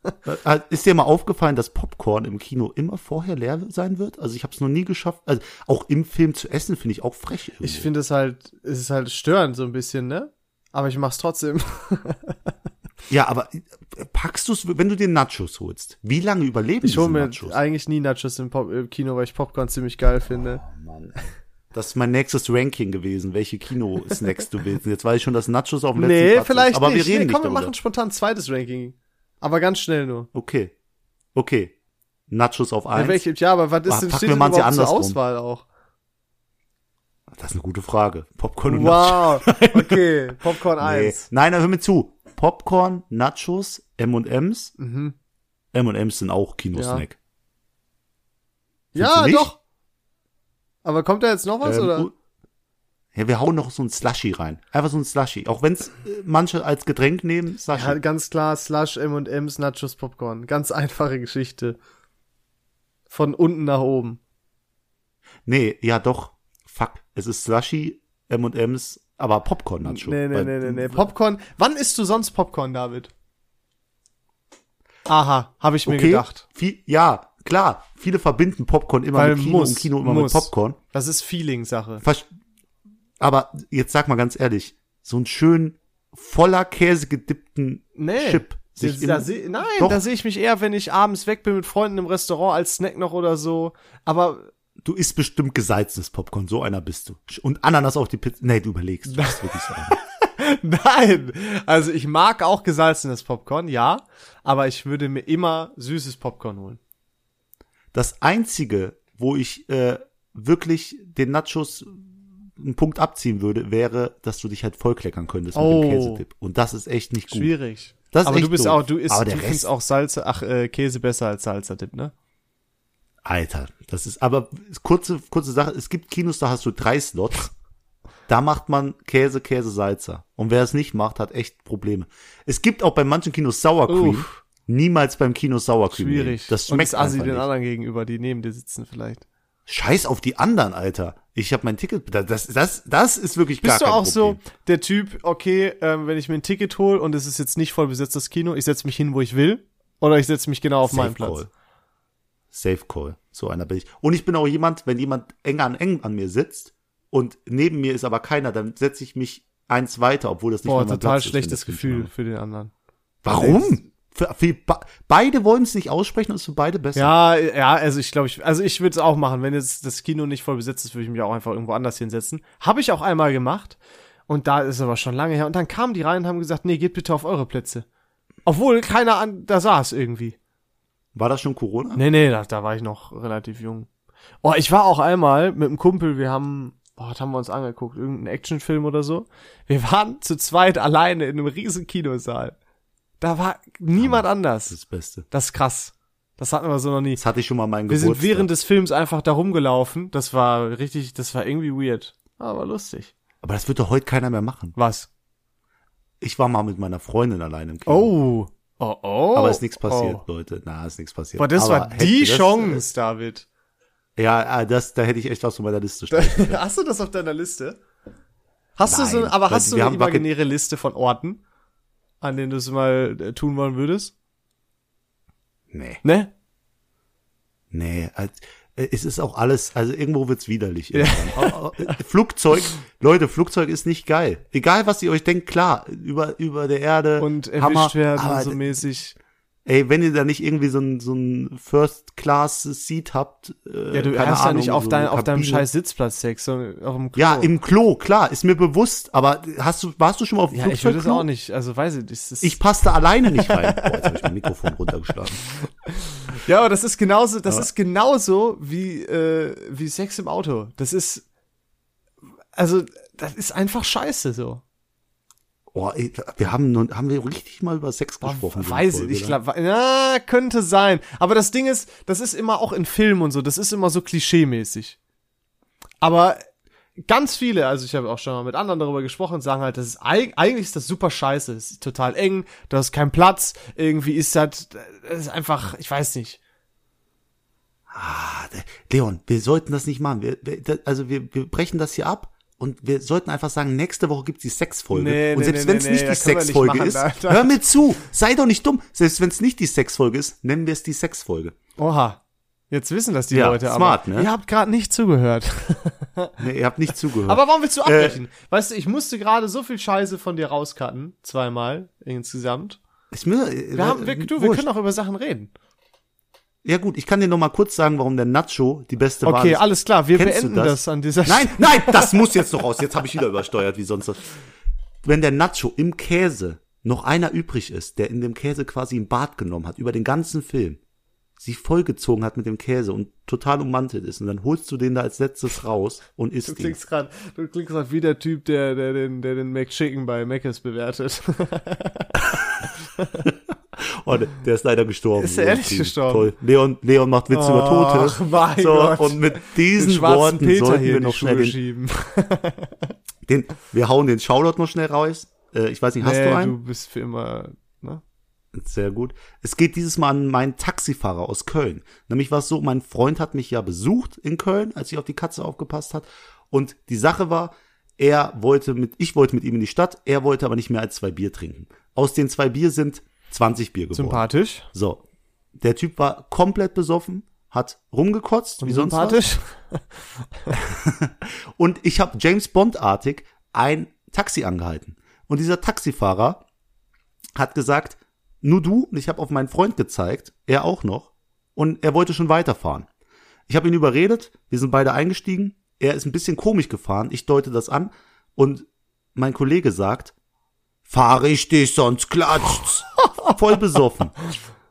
Speaker 1: Äh, Ist dir mal aufgefallen, dass Popcorn im Kino immer vorher leer sein wird? Also ich habe es noch nie geschafft. Also auch im Film zu essen finde ich auch frech. Irgendwo.
Speaker 2: Ich finde es halt, es ist halt störend so ein bisschen, ne? Aber ich mach's trotzdem.
Speaker 1: ja, aber äh, packst du es, wenn du dir Nachos holst? Wie lange überleben
Speaker 2: Ich hole
Speaker 1: diese
Speaker 2: mir
Speaker 1: Nachos?
Speaker 2: eigentlich nie Nachos im, Pop im Kino, weil ich Popcorn ziemlich geil finde.
Speaker 1: Oh, Mann. Das ist mein nächstes Ranking gewesen, welche Kino-Snacks du willst. Und Jetzt weiß ich schon, dass Nachos auf dem letzten
Speaker 2: Nee,
Speaker 1: Platz ist.
Speaker 2: vielleicht
Speaker 1: Aber
Speaker 2: nicht.
Speaker 1: wir reden
Speaker 2: nee,
Speaker 1: nicht
Speaker 2: komm, wir
Speaker 1: darüber.
Speaker 2: machen spontan ein zweites Ranking. Aber ganz schnell nur.
Speaker 1: okay, okay. Nachos auf
Speaker 2: Ja,
Speaker 1: eins.
Speaker 2: welche, ja aber was
Speaker 1: Ah,
Speaker 2: ist denn,
Speaker 1: fuck,
Speaker 2: steht
Speaker 1: wir
Speaker 2: denn
Speaker 1: machen's ja
Speaker 2: überhaupt zur
Speaker 1: andersrum.
Speaker 2: Auswahl auch?
Speaker 1: Das ist eine gute Frage. Popcorn und Nachos.
Speaker 2: Wow, okay, Popcorn
Speaker 1: Nee.
Speaker 2: 1.
Speaker 1: Nein, also hör mir zu. Popcorn, Nachos, M&M's.
Speaker 2: Mhm.
Speaker 1: M&M's sind auch Kinosnack. Findest
Speaker 2: Ja,
Speaker 1: du nicht?
Speaker 2: doch. Aber kommt da jetzt noch was,
Speaker 1: Ähm,
Speaker 2: oder?
Speaker 1: u- Ja, wir hauen noch so ein Slushy rein. Einfach so ein Slushy. Auch wenn es äh, manche als Getränk nehmen, Slushy.
Speaker 2: Ja, ganz klar, Slush, M&M's, Nachos, Popcorn. Ganz einfache Geschichte. Von unten nach oben.
Speaker 1: Nee, ja doch. Fuck. Es ist Slushy, M&M's, aber Popcorn Nacho.
Speaker 2: Nee, nee,
Speaker 1: Weil-
Speaker 2: nee, nee, nee. Popcorn. Wann isst du sonst Popcorn, David? Aha, habe ich mir
Speaker 1: Okay.
Speaker 2: gedacht.
Speaker 1: Viel, ja, klar. Viele verbinden Popcorn immer
Speaker 2: Weil
Speaker 1: mit Kino
Speaker 2: muss,
Speaker 1: und Kino immer
Speaker 2: muss.
Speaker 1: mit Popcorn.
Speaker 2: Das ist Feeling-Sache.
Speaker 1: Versch- aber jetzt sag mal ganz ehrlich, so einen schön voller Käse gedippten
Speaker 2: Nee.
Speaker 1: Chip.
Speaker 2: Da,
Speaker 1: Sich in,
Speaker 2: da seh, nein,
Speaker 1: Doch.
Speaker 2: da sehe ich mich eher, wenn ich abends weg bin mit Freunden im Restaurant als Snack noch oder so. Aber
Speaker 1: du isst bestimmt gesalzenes Popcorn, so einer bist du. Und Ananas auf die Pizza. Nee, du überlegst, du bist wirklich so einer.
Speaker 2: nein, also ich mag auch gesalzenes Popcorn, ja, aber ich würde mir immer süßes Popcorn holen.
Speaker 1: Das Einzige, wo ich äh, wirklich den Nachos einen Punkt abziehen würde, wäre, dass du dich halt vollkleckern könntest mit
Speaker 2: Oh.
Speaker 1: dem Käsetipp. Und das ist echt nicht gut.
Speaker 2: Schwierig.
Speaker 1: Das ist
Speaker 2: aber du
Speaker 1: echt
Speaker 2: bist
Speaker 1: doof.
Speaker 2: auch, du isst,
Speaker 1: Aber
Speaker 2: du
Speaker 1: der
Speaker 2: findest
Speaker 1: Rest-
Speaker 2: auch Salze, ach, äh, Käse besser als Salzertipp, ne?
Speaker 1: Alter, das ist aber kurze kurze Sache, es gibt Kinos, da hast du drei Slots. Da macht man Käse, Käse, Salzer. Und wer es nicht macht, hat echt Probleme. Es gibt auch bei manchen Kinos Sour Cream.
Speaker 2: Uff.
Speaker 1: Niemals beim Kino Sour Cream. nehmen.
Speaker 2: Schwierig.
Speaker 1: Das
Speaker 2: Und
Speaker 1: schmeckt
Speaker 2: ist Assi
Speaker 1: einfach
Speaker 2: den
Speaker 1: nicht.
Speaker 2: anderen gegenüber, die neben dir sitzen vielleicht.
Speaker 1: Scheiß auf die anderen, Alter. Ich habe mein Ticket. Das, das, das, das ist wirklich
Speaker 2: Bist
Speaker 1: gar
Speaker 2: du
Speaker 1: kein
Speaker 2: auch
Speaker 1: Problem.
Speaker 2: so der Typ, okay, ähm, wenn ich mir ein Ticket hole und es ist jetzt nicht voll besetzt das Kino, ich setze mich hin, wo ich will, oder ich setze mich genau auf meinen Platz.
Speaker 1: Call. Safe Call. So einer bin ich. Und ich bin auch jemand, wenn jemand eng an eng an mir sitzt und neben mir ist aber keiner, dann setze ich mich eins weiter, obwohl das nicht
Speaker 2: Boah,
Speaker 1: mehr mein
Speaker 2: total
Speaker 1: Platz ist, wenn
Speaker 2: schlechtes
Speaker 1: das Kind
Speaker 2: Gefühl
Speaker 1: mal-
Speaker 2: für den anderen.
Speaker 1: Warum? Für, für, be- beide wollen es nicht aussprechen und es ist für beide besser.
Speaker 2: Ja, ja, also ich glaube, ich, also ich würde es auch machen. Wenn jetzt das Kino nicht voll besetzt ist, würde ich mich auch einfach irgendwo anders hinsetzen. Habe ich auch einmal gemacht. Und da ist aber schon lange her. Und dann kamen die rein und haben gesagt, nee, geht bitte auf eure Plätze. Obwohl keiner an, da saß irgendwie.
Speaker 1: War das schon Corona?
Speaker 2: Nee, nee, da, da war ich noch relativ jung. Oh, ich war auch einmal mit einem Kumpel, wir haben, boah, was haben wir uns angeguckt? Irgendeinen Actionfilm oder so. Wir waren zu zweit alleine in einem riesen Kinosaal. Da war niemand
Speaker 1: Das
Speaker 2: anders.
Speaker 1: ist das Beste.
Speaker 2: Das ist krass. Das hatten wir so noch nie.
Speaker 1: Das hatte ich schon mal meinen
Speaker 2: Wir
Speaker 1: Geburtstag.
Speaker 2: sind während des Films einfach da rumgelaufen. Das war richtig, das war irgendwie weird. Aber lustig.
Speaker 1: aber das wird doch heute keiner mehr machen.
Speaker 2: Was?
Speaker 1: Ich war mal mit meiner Freundin allein im Kino.
Speaker 2: Oh. Oh, oh.
Speaker 1: Genau. Aber ist nichts passiert,
Speaker 2: Oh.
Speaker 1: Leute. Na, ist nichts passiert.
Speaker 2: Boah, das
Speaker 1: aber
Speaker 2: war
Speaker 1: hätte
Speaker 2: die
Speaker 1: das,
Speaker 2: Chance, David.
Speaker 1: Äh, ja, äh, das, da hätte ich echt was von meiner Liste stehen.
Speaker 2: hast du das auf deiner Liste? Hast du so,
Speaker 1: Nein,
Speaker 2: aber
Speaker 1: weil
Speaker 2: hast du
Speaker 1: wir
Speaker 2: eine
Speaker 1: haben Bucket-
Speaker 2: imaginäre Liste von Orten, an denen du es mal äh, tun wollen würdest?
Speaker 1: Nee,
Speaker 2: Ne?
Speaker 1: nee. äh, Es ist auch alles, also irgendwo wird's widerlich. irgendwann. Au- au- äh, Flugzeug, Leute, Flugzeug ist nicht geil. Egal, was ihr euch denkt, klar, über, über der Erde.
Speaker 2: Und erwischt
Speaker 1: Hammer,
Speaker 2: werden
Speaker 1: aber äh,
Speaker 2: und so mäßig.
Speaker 1: Ey, wenn ihr da nicht irgendwie so ein, so ein First-Class-Seat habt, äh,
Speaker 2: Ja, du
Speaker 1: keine
Speaker 2: hast ja
Speaker 1: Ahnung,
Speaker 2: nicht auf,
Speaker 1: so
Speaker 2: dein,
Speaker 1: eine
Speaker 2: auf deinem
Speaker 1: Kabine.
Speaker 2: scheiß Sitzplatz Sex, sondern auf dem Klo.
Speaker 1: Ja, im Klo, klar, ist mir bewusst, aber hast du, warst du schon mal auf dem
Speaker 2: ja, ich
Speaker 1: Flugzeugklo?
Speaker 2: würde es auch nicht. Also weiß ich, das ist
Speaker 1: Ich passte alleine nicht rein. Boah, jetzt habe ich mein Mikrofon runtergeschlagen.
Speaker 2: Ja, aber das ist genauso, das ist genauso wie, äh, wie Sex im Auto. Das ist, also, das ist einfach scheiße so.
Speaker 1: Boah, Oh, ey, wir haben nun, haben wir richtig mal über Sex gesprochen. in der
Speaker 2: Oh, Weiß ich,
Speaker 1: Folge,
Speaker 2: ich
Speaker 1: ne?
Speaker 2: glaube, ja, könnte sein. Aber das Ding ist, das ist immer auch in Filmen und so, das ist immer so klischeemäßig. Aber ganz viele, also ich habe auch schon mal mit anderen darüber gesprochen, sagen halt, das ist eig eigentlich ist das super scheiße, es ist total eng, du hast keinen Platz, irgendwie ist das, das ist einfach, ich weiß nicht.
Speaker 1: Ah, Leon, wir sollten das nicht machen. Wir, wir, da- also wir, wir brechen das hier ab und wir sollten einfach sagen, nächste Woche gibt's die Sexfolge.
Speaker 2: Nee,
Speaker 1: und
Speaker 2: nee,
Speaker 1: selbst
Speaker 2: nee,
Speaker 1: wenn es
Speaker 2: nee,
Speaker 1: nicht
Speaker 2: nee,
Speaker 1: die
Speaker 2: das können wir nicht
Speaker 1: Sexfolge
Speaker 2: machen,
Speaker 1: ist,
Speaker 2: da- da-
Speaker 1: hör mir zu, sei doch nicht dumm. Selbst wenn es nicht die Sexfolge ist, nennen wir es die Sexfolge.
Speaker 2: Oha. Jetzt wissen das die
Speaker 1: Ja,
Speaker 2: Leute,
Speaker 1: smart,
Speaker 2: aber
Speaker 1: ne?
Speaker 2: ihr habt gerade nicht zugehört.
Speaker 1: Nee, ihr habt nicht zugehört.
Speaker 2: aber warum willst du abbrechen? weißt du, ich musste gerade so viel Scheiße von dir rauscutten, zweimal insgesamt.
Speaker 1: Ist mir, äh,
Speaker 2: Wir, haben, wir, du, wir können auch über Sachen reden.
Speaker 1: Ja gut, ich kann dir noch mal kurz sagen, warum der Nacho die beste Wahl
Speaker 2: Okay,
Speaker 1: ist.
Speaker 2: alles klar, wir
Speaker 1: Kennst du
Speaker 2: beenden das?
Speaker 1: das?
Speaker 2: an dieser
Speaker 1: Nein, nein, das muss jetzt noch raus. Jetzt habe ich wieder übersteuert, wie sonst. was. Wenn der Nacho im Käse noch einer übrig ist, der in dem Käse quasi ein Bad genommen hat, über den ganzen Film, sich vollgezogen hat mit dem Käse und total ummantelt ist, und dann holst du den da als letztes raus und
Speaker 2: Du
Speaker 1: isst ihn.
Speaker 2: klingst gerade, du klingst gerade wie der Typ, der, der den, der den McChicken bei Mc's bewertet.
Speaker 1: Oh, der- der ist leider gestorben.
Speaker 2: Ist er ehrlich
Speaker 1: Leon Frieden.
Speaker 2: gestorben?
Speaker 1: Toll. Leon, Leon macht Witze über Tote.
Speaker 2: Ach, mein
Speaker 1: so,
Speaker 2: Gott.
Speaker 1: Und mit
Speaker 2: Den
Speaker 1: diesen
Speaker 2: schwarzen
Speaker 1: Worten
Speaker 2: Peter
Speaker 1: sollten
Speaker 2: hier
Speaker 1: wir
Speaker 2: in die
Speaker 1: noch schnell
Speaker 2: Schuhe
Speaker 1: den,
Speaker 2: schieben.
Speaker 1: den, wir hauen den Shoutout noch schnell raus. Äh, ich weiß nicht, hast
Speaker 2: nee,
Speaker 1: du einen?
Speaker 2: du bist für immer, ne?
Speaker 1: Sehr gut. Es geht dieses Mal an meinen Taxifahrer aus Köln. Nämlich war es so, mein Freund hat mich ja besucht in Köln, als ich auf die Katze aufgepasst hat. Und die Sache war, er wollte mit, ich wollte mit ihm in die Stadt, er wollte aber nicht mehr als zwei Bier trinken. Aus den zwei Bier sind 20 Bier geworden.
Speaker 2: Sympathisch.
Speaker 1: So. Der Typ war komplett besoffen, hat rumgekotzt, wie sonst was.
Speaker 2: Sympathisch.
Speaker 1: Und ich habe James Bond-artig ein Taxi angehalten. Und dieser Taxifahrer hat gesagt, nur du, und ich habe auf meinen Freund gezeigt, er auch noch, und er wollte schon weiterfahren. Ich habe ihn überredet, wir sind beide eingestiegen, er ist ein bisschen komisch gefahren, ich deute das an, und mein Kollege sagt, fahr ich dich, sonst klatscht's. Voll besoffen.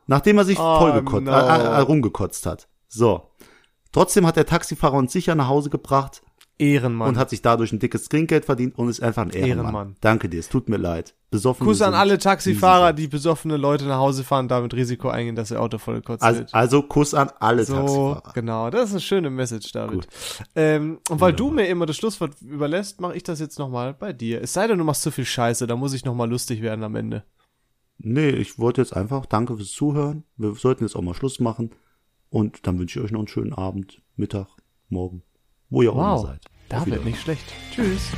Speaker 1: Nachdem er sich
Speaker 2: Oh,
Speaker 1: voll gekotzt,
Speaker 2: no.
Speaker 1: äh, äh, rumgekotzt hat. So. Trotzdem hat der Taxifahrer uns sicher nach Hause gebracht,
Speaker 2: Ehrenmann.
Speaker 1: und hat sich dadurch ein dickes Trinkgeld verdient und ist einfach ein Ehrenmann.
Speaker 2: Ehrenmann.
Speaker 1: Danke dir, es tut mir leid. Besoffen.
Speaker 2: Kuss
Speaker 1: wir
Speaker 2: an
Speaker 1: sind.
Speaker 2: alle Taxifahrer, die besoffene Leute nach Hause fahren, damit Risiko eingehen, dass ihr Auto voll gekotzt
Speaker 1: Also,
Speaker 2: wird.
Speaker 1: also Kuss an alle
Speaker 2: So,
Speaker 1: Taxifahrer.
Speaker 2: genau. Das ist eine schöne Message, David. Ähm, und weil du mir immer das Schlusswort überlässt, mache ich das jetzt nochmal bei dir. Es sei denn, du machst zu viel Scheiße, da muss ich nochmal lustig werden am Ende.
Speaker 1: Nee, ich wollte jetzt einfach, danke fürs Zuhören. Wir sollten jetzt auch mal Schluss machen. Und dann wünsche ich euch noch einen schönen Abend, Mittag, Morgen, wo ihr auch immer
Speaker 2: Wow,
Speaker 1: seid. Auf
Speaker 2: David,
Speaker 1: Wiedersehen.
Speaker 2: nicht schlecht. Tschüss.